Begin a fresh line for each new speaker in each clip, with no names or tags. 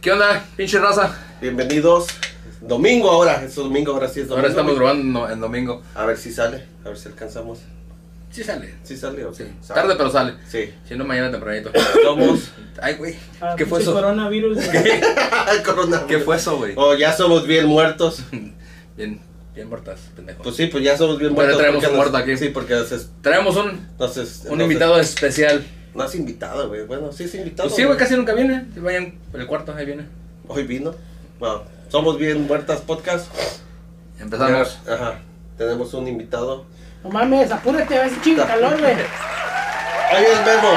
¿Qué onda, pinche raza?
Bienvenidos. Domingo ahora, es domingo, ahora sí es domingo.
Ahora estamos grabando en do- en domingo.
A ver si sale, a ver si alcanzamos.
Sí sale.
¿Sí sale o
Sí.
qué? ¿Sale?
Tarde pero sale.
Sí.
Si no, mañana tempranito.
Somos
Ay, güey.
Ah,
¿Qué fue
pinche
eso?
coronavirus.
el coronavirus.
¿Qué fue eso, güey?
Oh, ya somos bien muertos.
Bien, bien muertas, pendejo.
Pues sí, pues ya somos bien
Bueno,
muertos.
traemos
porque
un muerto
nos-
aquí.
Sí, porque nos es-
Traemos un,
nos es-
un
nos
invitado especial.
es- No es invitado, güey. Bueno, sí es invitado.
Pues sí, güey, casi nunca viene. Si vayan por el cuarto, ahí viene.
Hoy vino. Bueno, somos bien muertas podcast.
Empezamos.
Ajá. Tenemos un invitado.
No mames, apúrate, va a ser chingo calor, güey.
Ahí es Memo.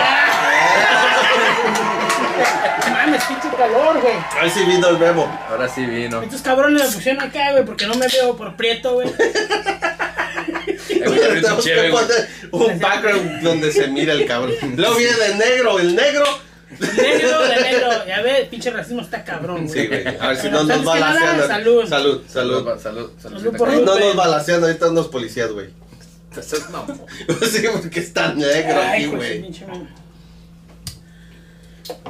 No mames, pinche calor, güey.
Ahí sí vino el Memo.
Ahora sí vino.
Estos cabrones me pusieron acá, güey, porque no me veo por prieto, güey.
Ay, güey, abre tu
Tenemos que
cheve, güey.
poner un background donde se mira el cabrón. Luego viene de negro, el negro.
Negro, de negro. Ya ves, pinche racismo está cabrón,
Sí,
güey.
güey. A ver si no
Pero
nos
antes que nada,
balacean. Salud,
salud.
salud.
Salud, salud. salud.
Salud por-
No nos balacean ahorita unos policías, güey.
Estás mamón.
Sí, porque está negro aquí,
Ay, pues,
güey.
pinche madre.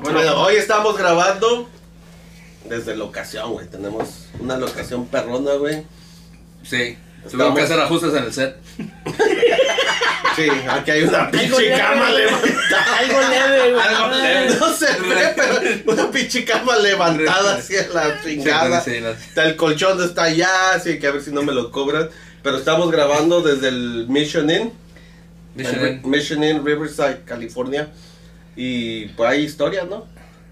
Bueno, hoy estamos grabando desde locación, güey. Tenemos una locación perrona, güey.
Sí. Tuvimos
Estamos-
que hacer ajustes en el set.
Sí, aquí hay una
Algo
pinche
leve,
cama
güey.
levantada.
Algo leve, güey.
Algo leve.
No se ve, pero una pinche cama levantada así en la chingada.
Sí, no, sí,
Está el colchón está allá, así que a ver si no me lo cobran. Pero estamos grabando desde el Mission Inn,
no.
en Ri- Mission Inn, Riverside, California. Y pues hay historias, ¿no?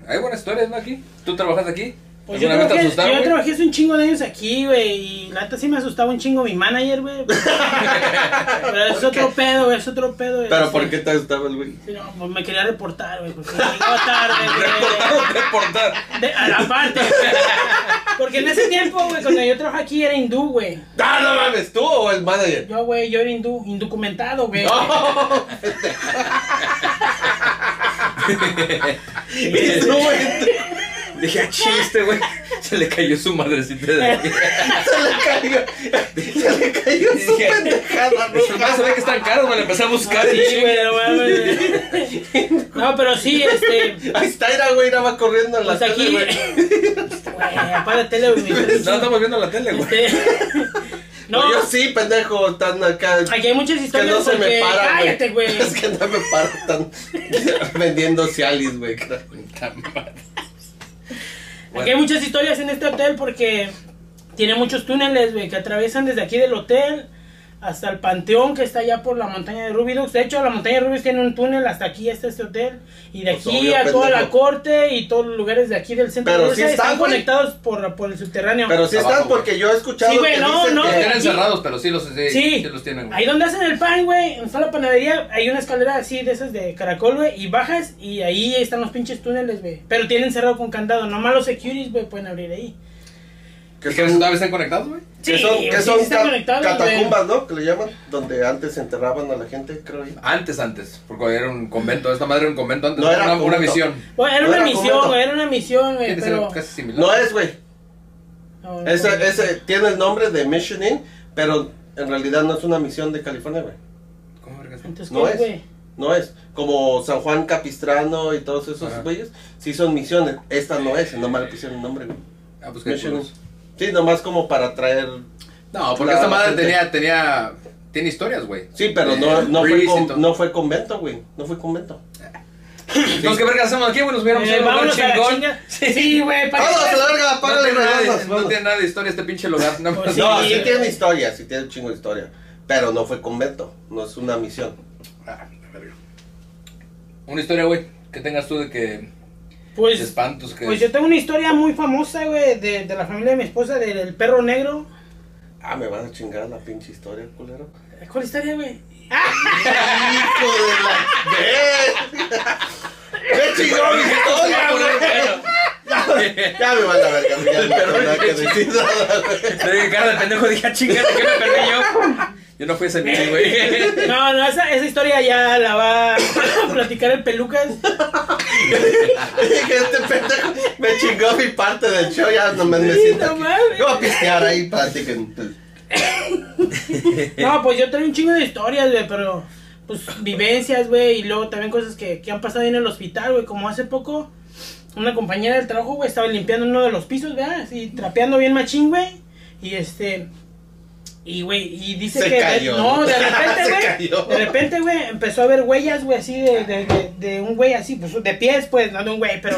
Hay buenas historias, ¿no? Aquí. ¿Tú trabajas aquí?
Pues yo,
¿Alguna vez
trabajé, yo
güey?
trabajé hace un chingo de años aquí, güey, y la neta sí me asustaba un chingo mi manager, güey. Pero es otro pedo, güey, es otro pedo. güey.
Pero ¿por qué te estaba el güey?
Sí, no, pues me quería reportar, güey, porque llegó tarde, güey.
Reportar, reportar.
De- a- aparte, güey. porque en ese tiempo, güey, cuando yo trabajaba aquí era hindú, güey.
¡Ah, no mames! ¿Tú o el manager?
Yo, güey, yo era hindú, indocumentado, güey.
Y tú, güey, tú-
Dije, "Ah, ching, este güey. Se le cayó su madrecita de aquí.
se le cayó, se le cayó su
Dije,
pendejada, ¿no?
Estos más se ve que están caros, güey. Le empecé a buscar. y
Sí, güey, no mames. No, pero sí, este.
Ahí está, era, güey, era, va corriendo en la
Pues aquí.
tele,
Güey,
güey.
apaga la tele, güey.
No, estamos viendo la tele, güey.
Este, No,
Yo sí, pendejo, están acá.
aquí hay muchas
Es que
historias
no se
porque...
me para, güey.
Cállate, güey.
Es que no me para tan vendiendo Cialis, güey.
Puta madre.
Aquí hay muchas historias en este hotel porque tiene muchos túneles, güey, que atraviesan desde aquí del hotel hasta el panteón que está allá por la montaña de Rubidux. De hecho, la montaña de Rubidux tiene un túnel hasta aquí, hasta este hotel. Y de
Pues
aquí
obvio,
a toda
pendejo.
la corte y todos los lugares de aquí del centro
Pero sí
de Riverside
están,
están
güey.
conectados por, por el subterráneo.
Pero sí
Abajo,
están
güey.
porque yo he escuchado
Sí, güey,
que
no,
dicen
no,
que-
güey.
Están encerrados, pero sí los, sí,
Sí,
sí los tienen,
ahí
güey.
donde hacen el pan, güey, donde está la panadería, hay una escalera así de esas de caracol, güey, y bajas y ahí están los pinches túneles, güey. Pero tienen cerrado con candado, nomás los securities, güey, pueden abrir ahí.
¿Qué
que
crees?
son,
¿Todavía están conectados, güey?
que son, que
sí
son
están
ca-
conectados, güey.
catacumbas, ¿no? Que le llaman, donde antes enterraban a la gente, creo yo.
Antes, antes. Porque era un convento. Esta madre era un convento antes.
No era
una, una
convento.
misión.
Bueno, era,
No
una
era
misión,
convento.
güey, era una misión, güey,
Tiene que ser
pero... Ah,
casi similar.
No es, güey.
No, no,
Ese,
no.
ese tiene el nombre de Mission Inn, pero en realidad no es una misión de California, güey.
¿Cómo vergas?
Entonces,
No
¿qué,
es.
güey?
No es. Como San Juan Capistrano y todos
Ajá.
esos güeyes, sí son misiones. Esta no es, nomás le pusieron el nombre, güey.
Ah, pues qué
Mission Inn.
chulos.
Sí, nomás como para traer.
No, porque
La
esta madre
gente-
tenía, tenía, tiene historias, güey.
Sí, pero no, no, fue,
Priest y
con-
todo.
no fue convento, güey. No fue convento.
Entonces, ¿qué verga hacemos aquí, güey? Nos hubiéramos
Eh,
ido a un lugar
vámonos a la
chingón.
chinga. Sí, güey, para
¡Todos a la verga!
No
¡Apágale
tiene, nada de,
redondo!
no tiene nada de historia este pinche lugar. No,
Pues
No, sí,
Sí.
tiene historia, sí tiene un chingo de historia. Pero no fue convento, no es una misión.
Ah, la verga. Una historia, güey, que tengas tú de que de
Pues,
espantos que
pues yo tengo una historia muy famosa, güey, de, de la familia de mi esposa, del perro negro.
Ah, me van a chingar la pinche historia, culero.
¿Cuál historia, güey?
¡Hijo de la verga! ¡Qué chingón mi historia, güey! Ya me van a verga, ya no tengo nada que decir nada, güey.
Le dije cara de pendejo, dije, "Ah, chingada, ¿qué me perdí yo? Yo no fui ese pinche, güey.
No, no, esa, esa historia ya la va a platicar el Pelucas.
Dije, Este pendejo me chingó mi parte del show, ya nomás me
Sí,
siento
no
aquí.
mames.
Yo voy a pistear ahí, platiquen.
No, pues yo traigo un chingo de historias, güey, pero pues vivencias, güey, y luego también cosas que, que han pasado ahí en el hospital, güey, como hace poco una compañera del trabajo, güey, estaba limpiando uno de los pisos, ¿verdad? Así, trapeando bien machín, güey. Y este. Y, güey, y dice
Se
que.
cayó.
No, de repente,
Se cayó.
güey. De repente, güey, empezó a haber huellas, güey, así de, de, de, de un güey así, pues de pies, pues, no de un güey, pero.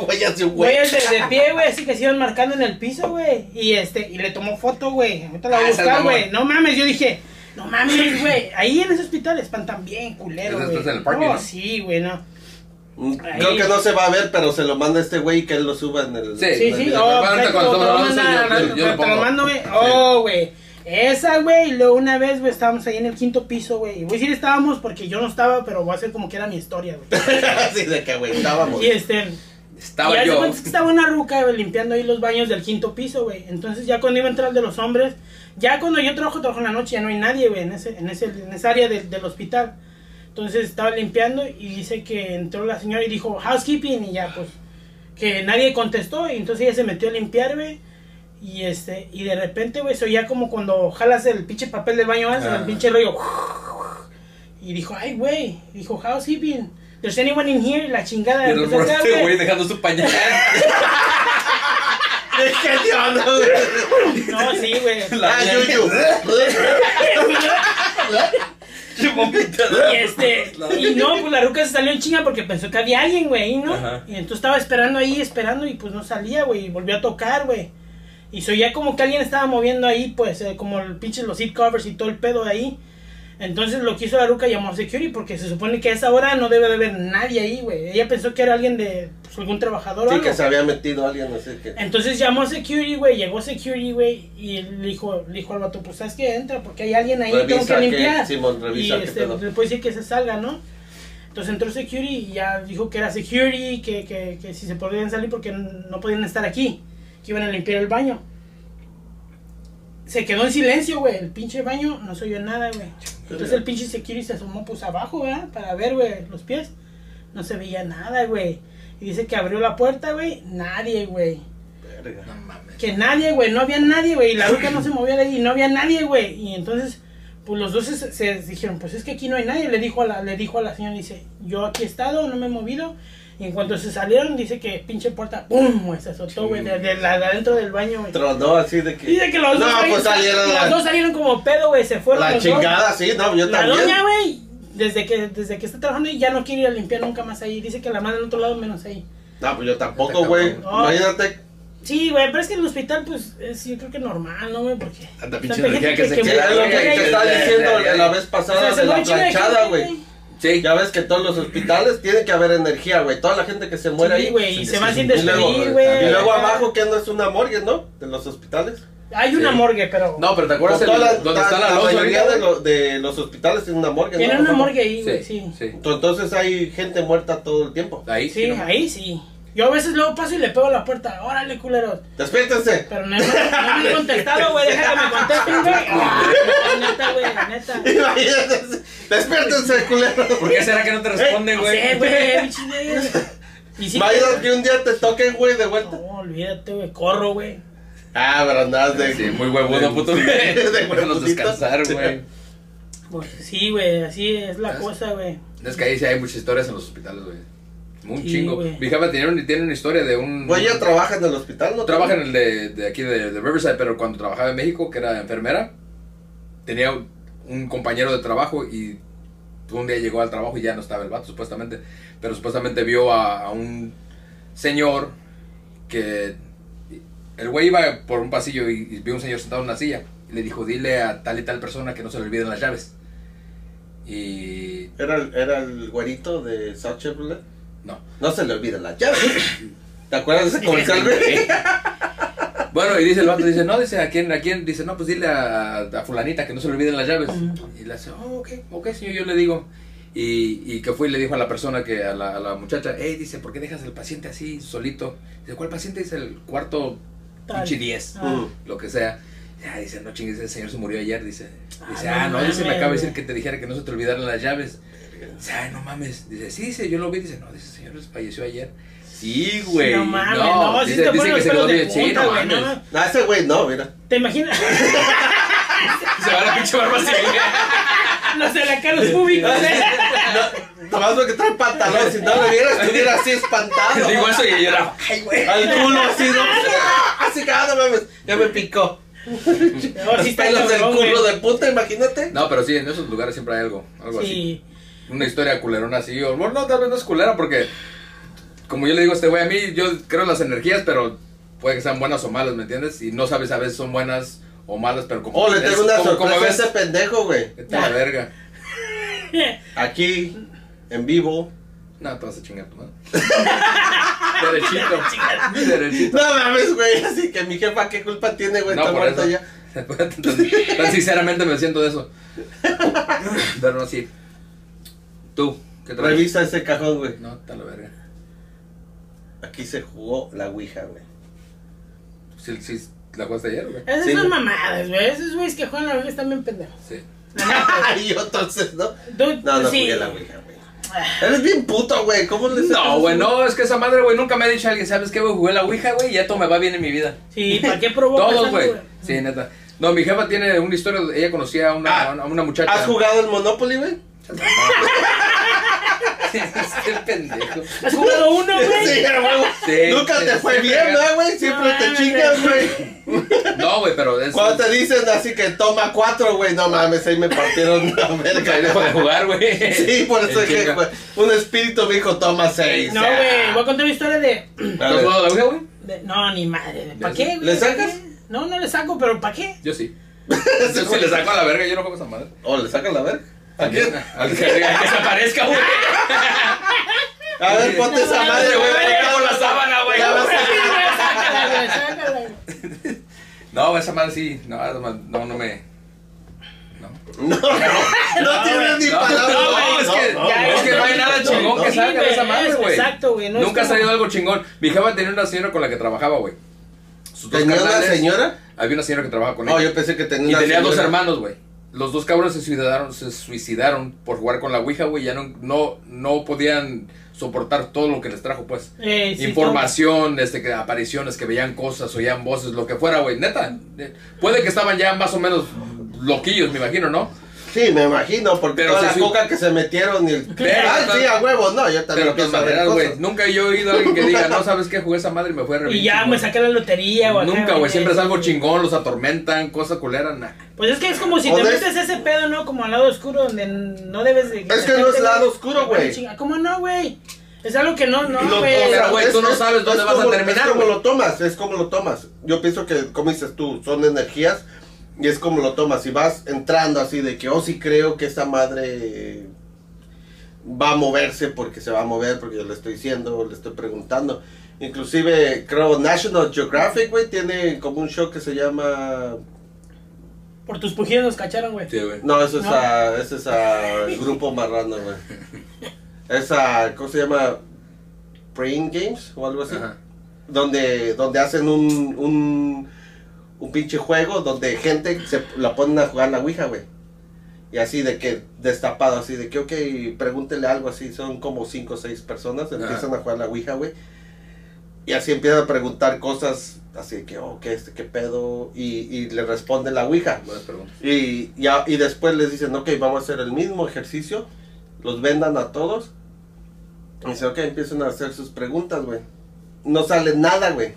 Güey, ya se
Güey,
güey.
de, de pie, güey, así que se iban marcando en el piso, güey. Y este, y le tomó foto, güey. Ahorita la voy
Ah,
a
esa es
buscar, güey.
mamón.
No mames, yo dije, no mames, güey. Ahí en ese hospital están tan bien,
Esas
culero, güey.
Pues estás en el parque,
no,
¿no?
sí, güey, no.
Mm, Creo que no se va a ver, pero se lo manda este güey y que él lo suba en el.
Sí,
Sí,
en
sí,
el-
no,
oh,
ahorita
perfecto,
cuando
te lo
estamos hablando de
mando,
eso, yo- yo
te
lo
lo
pongo.
mando, güey. Oh, güey. Esa, güey, y luego una vez, güey, estábamos ahí en el quinto piso, güey. Y voy a decir estábamos porque yo no estaba, pero voy a hacer como que era mi historia,
Pues.
güey.
Así de que, güey, estábamos.
Y este, y
Estaba
hace
yo.
cuenta que estaba una ruca, güey, limpiando ahí los baños del quinto piso, güey. Entonces, ya cuando iba a entrar el de los hombres, ya cuando yo trabajo, trabajo en la noche, ya no hay nadie, güey, en, ese, en, ese, en esa área del- del hospital. Entonces, estaba limpiando y dice que entró la señora y dijo, housekeeping, y ya, pues, que nadie contestó. Y entonces ella se metió a limpiar, güey. Y este, y de repente, güey, se oía como cuando jalas el pinche papel del baño, haces
Ah.
el pinche rollo. Y dijo, ay, güey, dijo, housekeeping. There's anyone in here, la chingada.
Y el
empezó a
morro,
sacar,
este güey dejando su pañal.
Es que Dios, no, güey.
No, sí, güey.
La
Ah,
mía.
Yuyu.
Che, bombita.
Y este, y no, pues la ruca se salió en chinga porque pensó que había alguien, güey, ahí, ¿no?
Ajá.
Y entonces estaba esperando ahí, esperando y pues no salía, güey, y volvió a tocar, güey. Y se oía como que alguien estaba moviendo ahí, pues, eh, como el pinche los seat covers y todo el pedo de ahí. Entonces lo que hizo la ruca llamó a security porque se supone que a esa hora no debe de haber nadie ahí, güey. Ella pensó que era alguien de pues, algún trabajador o
Sí,
algo.
que se había metido alguien, así que.
Entonces llamó a security, güey, llegó security, güey, y le dijo, le dijo al vato, pues sabes que entra, porque hay alguien ahí, tengo
Revisa
que
qué,
limpiar.
Simón, revisa
y
qué
este,
pedo.
le puede decir que se salga, ¿no? Entonces entró security y ya dijo que era security, que, que, que si se podían salir porque no podían estar aquí, que iban a limpiar el baño. Se quedó en silencio, güey, el pinche baño, no se oyó nada, güey. Entonces el pinche security se asomó pues abajo, ¿verdad? Para ver, güey, los pies. No se veía nada, güey. Y dice que abrió la puerta, güey, nadie, güey.
Verga.
No mames.
Que nadie, güey, no había nadie, güey. Y la ruca no se movía de ahí y no había nadie, güey. Y entonces, pues los dos se, se dijeron, pues es que aquí no hay nadie. Le dijo a la, le dijo a la señora, dice, yo aquí he estado, no me he movido. Y en cuanto se salieron, dice que pinche puerta, ¡pum! güey, Se azotó, güey, de, de la- de adentro del baño, güey.
Tronó así de que.
Y Dice que los
no,
dos
pues salieron
los
la,
dos salieron como pedo, güey, se fueron.
la
los dos.
chingada, sí, no, yo
La
también.
doña, güey, desde que, desde que está trabajando y ya no quiere ir a limpiar nunca más ahí. Dice que la manda en otro lado menos ahí.
No, pues yo tampoco, güey.
No.
Imagínate.
Sí, güey, pero es que en el hospital, pues, es, yo creo que normal, ¿no, güey? Porque...
Tanta
tanta
pinche
gente
energía que se
Que
Sí,
era lo que
güey,
te
que-
estaba
ya,
diciendo
ya, ya.
la vez
O sea,
pasada
se
de la
muere chinga de
planchada,
gente,
güey.
Sí.
Ya ves que todos los hospitales tiene que haber energía, güey. Toda la gente que se muere
Sí,
ahí.
güey, y se van sin
Y luego,
despedir, güey.
y luego abajo, que no es una morgue, ¿no? De los hospitales.
Hay una
Sí.
morgue, pero...
No, pero ¿te acuerdas
Pues
el,
toda la-
donde está la, losa
mayoría
ahorita,
de,
güey?
lo- de los hospitales tiene una morgue,
Tiene
¿no?
una
Ojo.
morgue ahí, güey, sí.
sí. sí.
Entonces hay gente muerta todo el tiempo.
Ahí.
Sí,
no.
ahí sí. Yo a veces luego paso y le pego a la puerta, órale, culeros.
¡Despiértense!
Pero no, no me han contestado, güey, deja que me contesten, güey. Ah, neta, güey, neta.
Imagínate, ¡Despiértense, culero!
¿Por qué será que no te responden,
Eh, No
güey?
sé, güey, pinche güey. Y sí,
Vaya que un día te toquen, güey, de vuelta.
No, olvídate, güey, corro, güey.
Ah, pero nada de...
Sí, muy huevudo, puto.
Sí, de
Déjanos
huevudito.
descansar, güey.
Pues, sí, güey, así es la
Es-
cosa, güey.
Es que ahí sí hay muchas historias en los hospitales, güey. Un
Sí,
chingo.
güey.
Mi jefa tiene, un- tiene una historia de un...
Güey, ella trabaja en el hospital, ¿no?
Trabaja en el de, de aquí de, de Riverside, pero cuando trabajaba en México, que era enfermera, tenía un- un compañero de trabajo y un día llegó al trabajo y ya no estaba el vato, supuestamente. Pero supuestamente vio a, a un señor que. El güey iba por un pasillo y, y vio a un señor sentado en una silla. Y le dijo: Dile a tal y tal persona que no se le olviden las llaves. Y.
Era, el- era el güerito de South Chevrolet.
No.
No se le olvida la llave. ¿Te acuerdas de ese comercial, güey?
Bueno, y dice el vato, dice, no, dice, ¿a quién? ¿A quién? Dice, no, pues dile a, a fulanita que no se le olviden las llaves.
Ujú.
Y le hace, oh, ok, ok, señor, yo le digo. Y, y que fue y le dijo a la persona, que a la, a la muchacha, hey, dice, ¿por qué dejas al paciente así, solito? Dice, ¿cuál paciente? Dice, el cuarto
Tal.
pinche 10,
Ah.
Mm.
lo que sea. Ya, dice, no chingues, el señor se murió ayer, dice.
Ah,
Dice,
no
ah, no, dice, me acaba
mames,
de
güey.
decir que te dijera que no se te olvidaran las llaves. Dice, ay, no mames. Dice, sí, dice, yo lo vi. Dice, no, dice, señor falleció ayer. Sí, güey.
No mames, no, sí te ponen
dicen que
los
se
pelos
quedó
de
bien. Sí,
punta,
no
güey, no
mames.
mames.
No, ese güey no, mira.
¿Te imaginas?
Se va la pinche barba así.
Los de la cara los públicos, ¿eh?
No, Nomás porque trae pantalón. Si no lo vieras, estuviera así espantado.
Digo eso y lloraba. Ay, güey.
Al culo así, no. Así que, ah, no mames. Ya me picó.
No, ¿eh? Oh, sí
Los
está
pelos del
cabrón,
culo
güey.
de puta, imagínate.
No, pero sí, en esos lugares siempre hay algo, algo así.
Sí.
Una historia culerona así. O, bueno, no, tal vez no es culera porque, como yo le digo a este güey, a mí yo creo en las energías, pero puede que sean buenas o malas, ¿me entiendes? Y no sabes a veces son buenas o malas, pero como.
Oh, le tengo
es
una
como- como
sorpresa a
ves-
ese pendejo, güey.
Vete a la verga.
Aquí, en vivo.
No, te vas a chingar tu madre. Derechito. Derechito.
No mames, güey. Así que mi jefa, ¿qué culpa tiene, güey? Está
No, por
muerta
eso.
ya.
Tan- Tan sinceramente me siento de eso. Pero no, sí. Tú, ¿qué traes?
Revisa ese cajón, güey.
No, está la verga.
Aquí se jugó la Ouija, güey.
Sí, sí, ¿La jugaste ayer o qué?
Esas
Sí.
son mamadas, güey. Esos güeyes que juegan la Ouija están bien pendejos.
Sí.
y yo entonces, ¿no?
Tú-
No,
Pues
no
sí.
jugué la Ouija, güey. Eres bien puto, güey. ¿Cómo le
No, güey, no, es que esa madre, güey, nunca me ha dicho alguien, ¿sabes qué, güey? Jugué la Ouija, güey, y esto me va bien en mi vida.
Sí, ¿para qué provocas?
Todos,
algo,
güey. Sí, neta. No, mi jefa tiene una historia, ella conocía a una,
Ah,
a una- a una muchacha.
¿Has jugado el Monopoly, güey?
Sí, este pendejo.
¿Has jugado uno, güey?
Sí, güey.
Sí,
Nunca te
sí,
fue
sí,
bien,
sí.
¿no, güey? Siempre
No,
te
no,
chingas,
no.
güey.
No, güey, pero es...
Cuando te dicen así que toma cuatro, güey, no mames, ahí me partieron la
Ahí dejo de
verga.
jugar, güey.
Sí, por eso
En
dije,
chinga.
güey, un espíritu me dijo, toma seis.
No,
Ah.
güey. Voy a contar una historia de.
¿Tú has jugado a la Ouija, güey?
de- no, ni madre. ¿Para
¿Le-
qué, güey?
le sacas?
No, no le saco, pero ¿para qué?
Yo sí. Yo sí le saco a la verga, yo no juego esa madre.
O oh, le sacan la verga. ¿A
Al que,
quién?
al que desaparezca, güey.
A ver, ponte esa
No,
madre,
no,
güey.
no,
porque
no,
ya
no,
vas a-
la sábana, güey.
ya vas a-
Sácala, güey, sácala, güey.
No, esa madre sí. No, esa madre- no, no me. No.
No, no, no tienes ni
Ah, No,
palabras.
no, güey, es que,
no,
ya,
es que no hay nada
no,
chingón
no.
que
Sí,
salga de
güey,
esa madre,
es-
güey.
exacto, güey, no es
Nunca ha
como-
salido algo chingón. Mi jefa tenía una señora con la que trabajaba, güey. Sus dos
¿Tenía una
carnales-
señora?
Había una señora que trabajaba con
No,
ella.
yo pensé que tenía
Y
una
tenía dos
señora.
hermanos, güey. Los dos cabrones se suicidaron, se suicidaron por jugar con la Ouija, güey. Ya no, no, no podían soportar todo lo que les trajo, pues.
Eh, sí,
Información, este, que apariciones, que veían cosas, oían voces, lo que fuera, güey. Neta, eh, puede que estaban ya más o menos loquillos, me imagino, ¿no?
Sí, me imagino, porque
Pero
toda
sí,
la
sí.
coca que se metieron y el...
Pero-
ah, sí, a huevo, no, yo
Pero
también
de todas
pienso ver
maneras, güey.
cosas.
Nunca yo he oído a alguien que diga, no sabes qué, jugué esa madre y me fue re
Y
bien
ya
chingón".
me saqué la lotería, güey. acá,
Nunca, güey. Siempre es algo
Sí.
chingón, los atormentan, cosa culera, nah.
Pues es que es como si
O
te
de-
metes ese pedo, ¿no? Como al lado oscuro donde no debes de...
Es que no es lado oscuro, güey.
Chinga- ¿Cómo no, güey? Es algo que no, no,
Lo-
güey.
o sea,
güey,
es-
tú no
es-
sabes
es
dónde vas a
como-
terminar,
Es como
güey.
lo tomas, es como lo tomas. Yo pienso que, como dices tú, son energías y es como lo tomas. Y vas entrando así de que, oh, sí creo que esa madre va a moverse porque se va a mover, porque yo le estoy diciendo, le estoy preguntando. Inclusive, creo, National Geographic, güey, tiene como un show que se llama...
Por tus pujidos nos cacharon, güey.
Sí, güey.
No, eso es
No.
a, eso es a Grupo Marrano, güey. Es a, ¿cómo se llama? Brain Games o algo así.
Ajá.
donde, donde hacen un, un, un pinche juego donde gente se la ponen a jugar la Ouija, güey. Y así de que destapado, así de que, ok, pregúntele algo así. Son como cinco o seis personas, empiezan a jugar la Ouija, güey. Y así empiezan a preguntar cosas, así de que, oh, ¿qué, este, qué pedo? Y, y le responde la Ouija.
Buenas preguntas.
Y, ya, y después les dicen, ok, vamos a hacer el mismo ejercicio, los vendan a todos. Y dicen, ok, empiezan a hacer sus preguntas, güey. No sale nada, güey.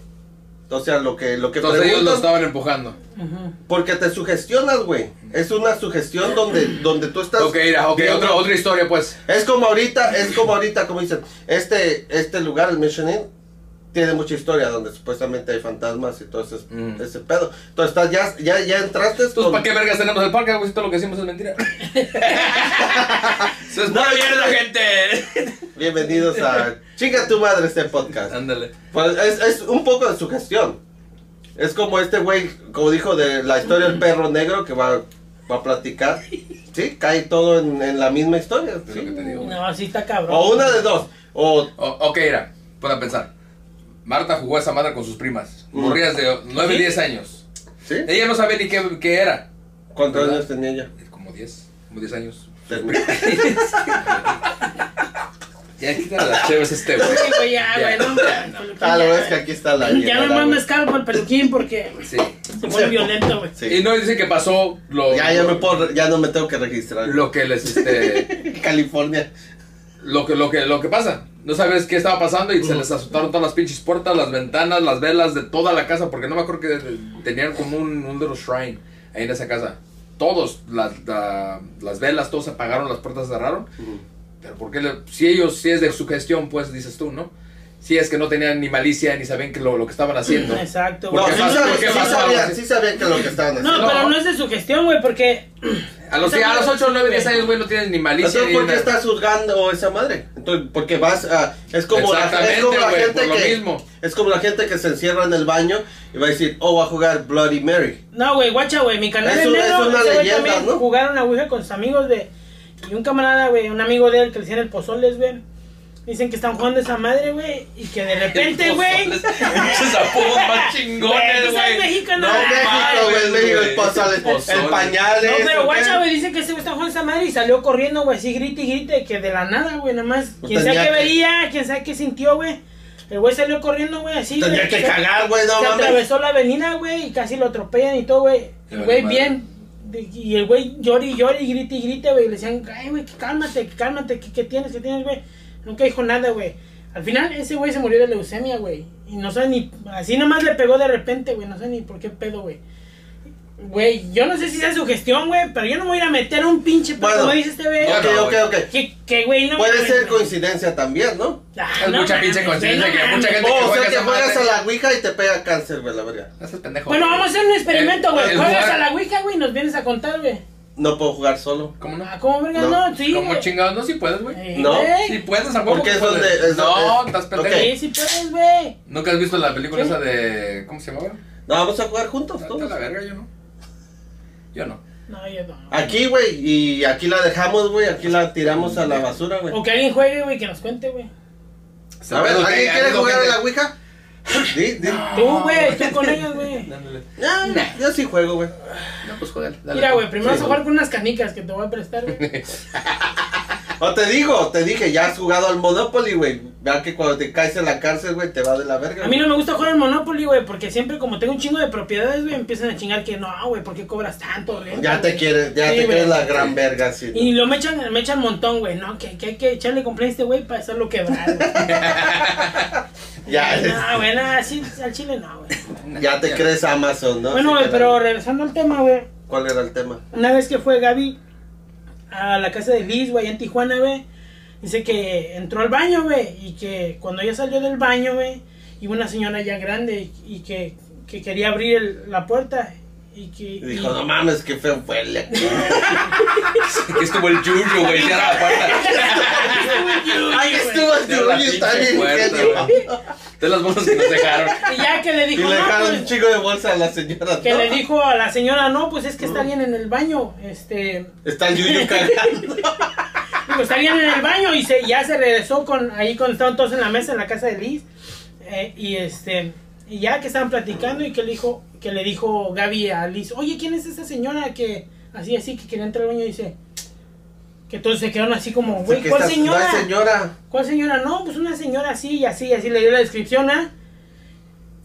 O sea, lo que, lo que
Entonces ellos lo
preguntas,
estaban empujando.
Ujú.
porque te sugestionas, güey. Es una sugestión donde, donde tú estás...
Ok, mira, ok,
viendo-
otra, otra historia, pues.
Es como ahorita, es como ahorita, como dicen, este, este lugar, el Mission Inn, tiene mucha historia donde supuestamente hay fantasmas y todo ese,
Mm.
ese pedo. Entonces, estás, ya, ya, ya entraste...
Entonces,
con-
¿para qué vergas tenemos el parque, güey? Si todo lo que hicimos es mentira. Eso es pura mierda, gente.
Bienvenidos a Chinga tu madre este podcast.
Ándale.
Pues es, es un poco de sugestión. Es como este güey, como dijo de la historia del perro negro que va, va a platicar. Sí, cae todo en, en la misma historia.
Es
sí.
lo que te digo, güey.
No, sí está cabrón.
O una de dos. O
O- ok, era, para pensar. Marta jugó a esa madre con sus primas.
Mm.
Morrías de 9,
¿Sí?
10 años.
sí.
Ella no sabía ni qué, qué era.
¿Cuántos
¿Verdad?
años tenía ella?
Como 10, como 10 años.
Termina.
Ya quita las cheves este, güey.
Sí, güey, ya, güey, no,
Ya,
no, peluquín,
Ah, la
ya.
verdad es que aquí está la
Ya me
llegada,
mames
güey.
calvo el peluquín porque
Sí.
se pone violento, güey.
Y
Sí.
no dice que pasó lo.
Ya, ya me puedo, re- ya no me tengo que registrar.
Lo que les, este.
California.
lo que, lo que, lo que pasa. No sabes qué estaba pasando y se les azotaron todas las pinches puertas, las ventanas, las velas de toda la casa, porque no me acuerdo que de- de- tenían como un, un little shrine ahí en esa casa. Todos, las, la- las velas, todos se apagaron, las puertas se cerraron. Pero porque si ellos, si es de su gestión, pues dices tú, ¿no? Si es que no tenían ni malicia ni sabían que lo, lo que estaban haciendo.
Exacto,
No,
Porque
sí
pasa-
sabían,
porque
sí
pasa-
sabían, sí sabían que lo que estaban haciendo.
No,
No.
pero no es de su gestión, güey, porque
A los, a los 8, 9, 10 años, güey, no tienen ni malicia.
Entonces,
ni
¿por qué
nada.
estás juzgando esa madre? Entonces, porque vas a... Es como la, es
Exactamente,
como la
güey,
gente
por lo
que...
mismo.
Es como la gente que se encierra en el baño y va a decir, oh, voy a jugar Bloody Mary.
No, güey, guacha, güey, mi canal
Es
de
una-
negro,
es una
ese güey
leyenda,
también
¿no?
jugaron a Ouija con sus amigos de... Y un camarada, güey, un amigo de él que le hacían el pozoles, güey. Dicen que están jugando esa madre, güey, y que de repente, güey...
Pinches apodos más chingones,
Tú sabes
güey.
mexicano,
No,
güey.
México, güey,
mames,
México,
Ah, güey.
el pozole,
Pozole.
el pañales.
No, pero
¿ok?
guacha, güey, dicen que ese güey está jugando esa madre y salió corriendo, güey, así grite y grite, que de la nada, güey, nada más.
Pues
Quién sabe
tenía
qué
que-
veía, quién sabe qué sintió, güey. El güey salió corriendo, güey, así.
Tendría
güey,
que
se-
cagar, güey, no
se
mames.
atravesó la avenida, güey, y casi lo atropellan y todo, güey.
Qué
El
vale
güey
madre.
bien. de- Y el güey llora y llora y grita y grita, güey. Y le decían, ay, güey, que cálmate, que cálmate, que, que tienes, que tienes, güey. Nunca dijo nada, güey. Al final, ese güey se murió de leucemia, güey. Y no sé ni. Así nomás le pegó de repente, güey. No sé ni por qué pedo, güey. Güey, yo no sé si sea su gestión, güey, pero yo no me voy a ir a meter un pinche pedo,
Bueno.
como dice este güey.
Ok,
Bueno,
ok,
güey.
ok.
Que, que, güey, no
Puede
mames,
ser
güey.
coincidencia también, ¿no?
Ah,
Es
no
mucha
mames,
pinche
güey,
coincidencia
no
que mucha
mames.
gente-
Oh, o sea,
juegas
que
a
juegas a
madre.
la Ouija y te pega cáncer, güey, la verga.
No seas pendejo.
Bueno, vamos a hacer un experimento, güey.
El- el
Juegas
jugar-
a la Ouija, güey, y nos vienes a contar, güey.
No puedo jugar solo.
¿Cómo no?
Ah, ¿Cómo verga? No,
No, pues,
sí.
¿Cómo
güey.
chingados? No, si puedes, güey.
Eh,
No.
güey.
Si puedes, a huevo
Porque
que
es donde-
puedes.
es
No,
donde-
estás pendejo.
Ok.
Sí, sí puedes, güey.
¿Nunca has visto la película
¿Qué?
esa de. ¿Cómo se llamaba?
No, vamos a jugar juntos
Date
todos.
la verga, yo no. Yo no.
No, yo no.
Aquí, güey, y aquí la dejamos, güey, aquí la tiramos a la basura, güey.
O que alguien juegue, güey, que nos cuente, güey.
A ver,
eh,
¿alguien quiere jugar a la Ouija? Di, di.
Tú, güey, tú con ellos, güey.
Dándole.
Ah, Yo sí juego, güey.
No, pues juega.
Mira, güey, primero vas a jugar con unas canicas que te voy a prestar, güey.
O te digo, te dije, ya has jugado al Monopoly, güey. Vea que cuando te caes en la cárcel, güey, te va de la verga.
A mí
güey.
no me gusta jugar al Monopoly, güey, porque siempre como tengo un chingo de propiedades, güey, empiezan a chingar que no, güey, ¿por qué cobras tanto, güey?
Ya te quieres, ya te
Sí, güey.
quieres la gran verga, sí.
Y lo me echan, me echan montón, güey, no, que, que hay que echarle complaint a este güey para hacerlo quebrar, güey.
Ya, es-
No, güey, nada, así al chile no, güey.
ya te crees Amazon, ¿no?
Bueno,
Sí,
güey,
que la-
pero regresando al tema, güey.
¿Cuál era el tema?
Una vez que fue Gaby a la casa de Liz, güey, allá en Tijuana, güey, dice que entró al baño, güey, y que cuando ella salió del baño, güey, iba una señora ya grande y, y que, que quería abrir el- la puerta. Y que.
Y dijo,
y-
no mames, qué feo huele.
Que estuvo el Yuyo, güey. Cierra la puerta.
Ahí estuvo el
Cierra la
tuyo, está
pinche
bien
puerta,
ingenio.
güey. De las bolsas que nos dejaron.
Y ya que le
Y
dijo.
le
"No,
dejaron un
pues",
chico de bolsa a la señora.
que
¿no? Mm.
le dijo a la señora, no, pues es que está bien en el baño. Este.
Está el Yuyu cagando.
Digo, está bien Pues en el baño y se, ya se regresó con ahí cuando estaban todos en la mesa en la casa de Liz. Eh, y este y ya que estaban platicando y que le dijo que le dijo Gaby a Liz, "Oye, ¿quién es esa señora que así así que quería entrar al baño?" Y dice que todos se quedaron así como, "Güey,
Porque
¿cuál
estás-
señora?
No hay señora.
¿Cuál señora? No, pues una señora así y así, y así le dio la descripción, ¿ah?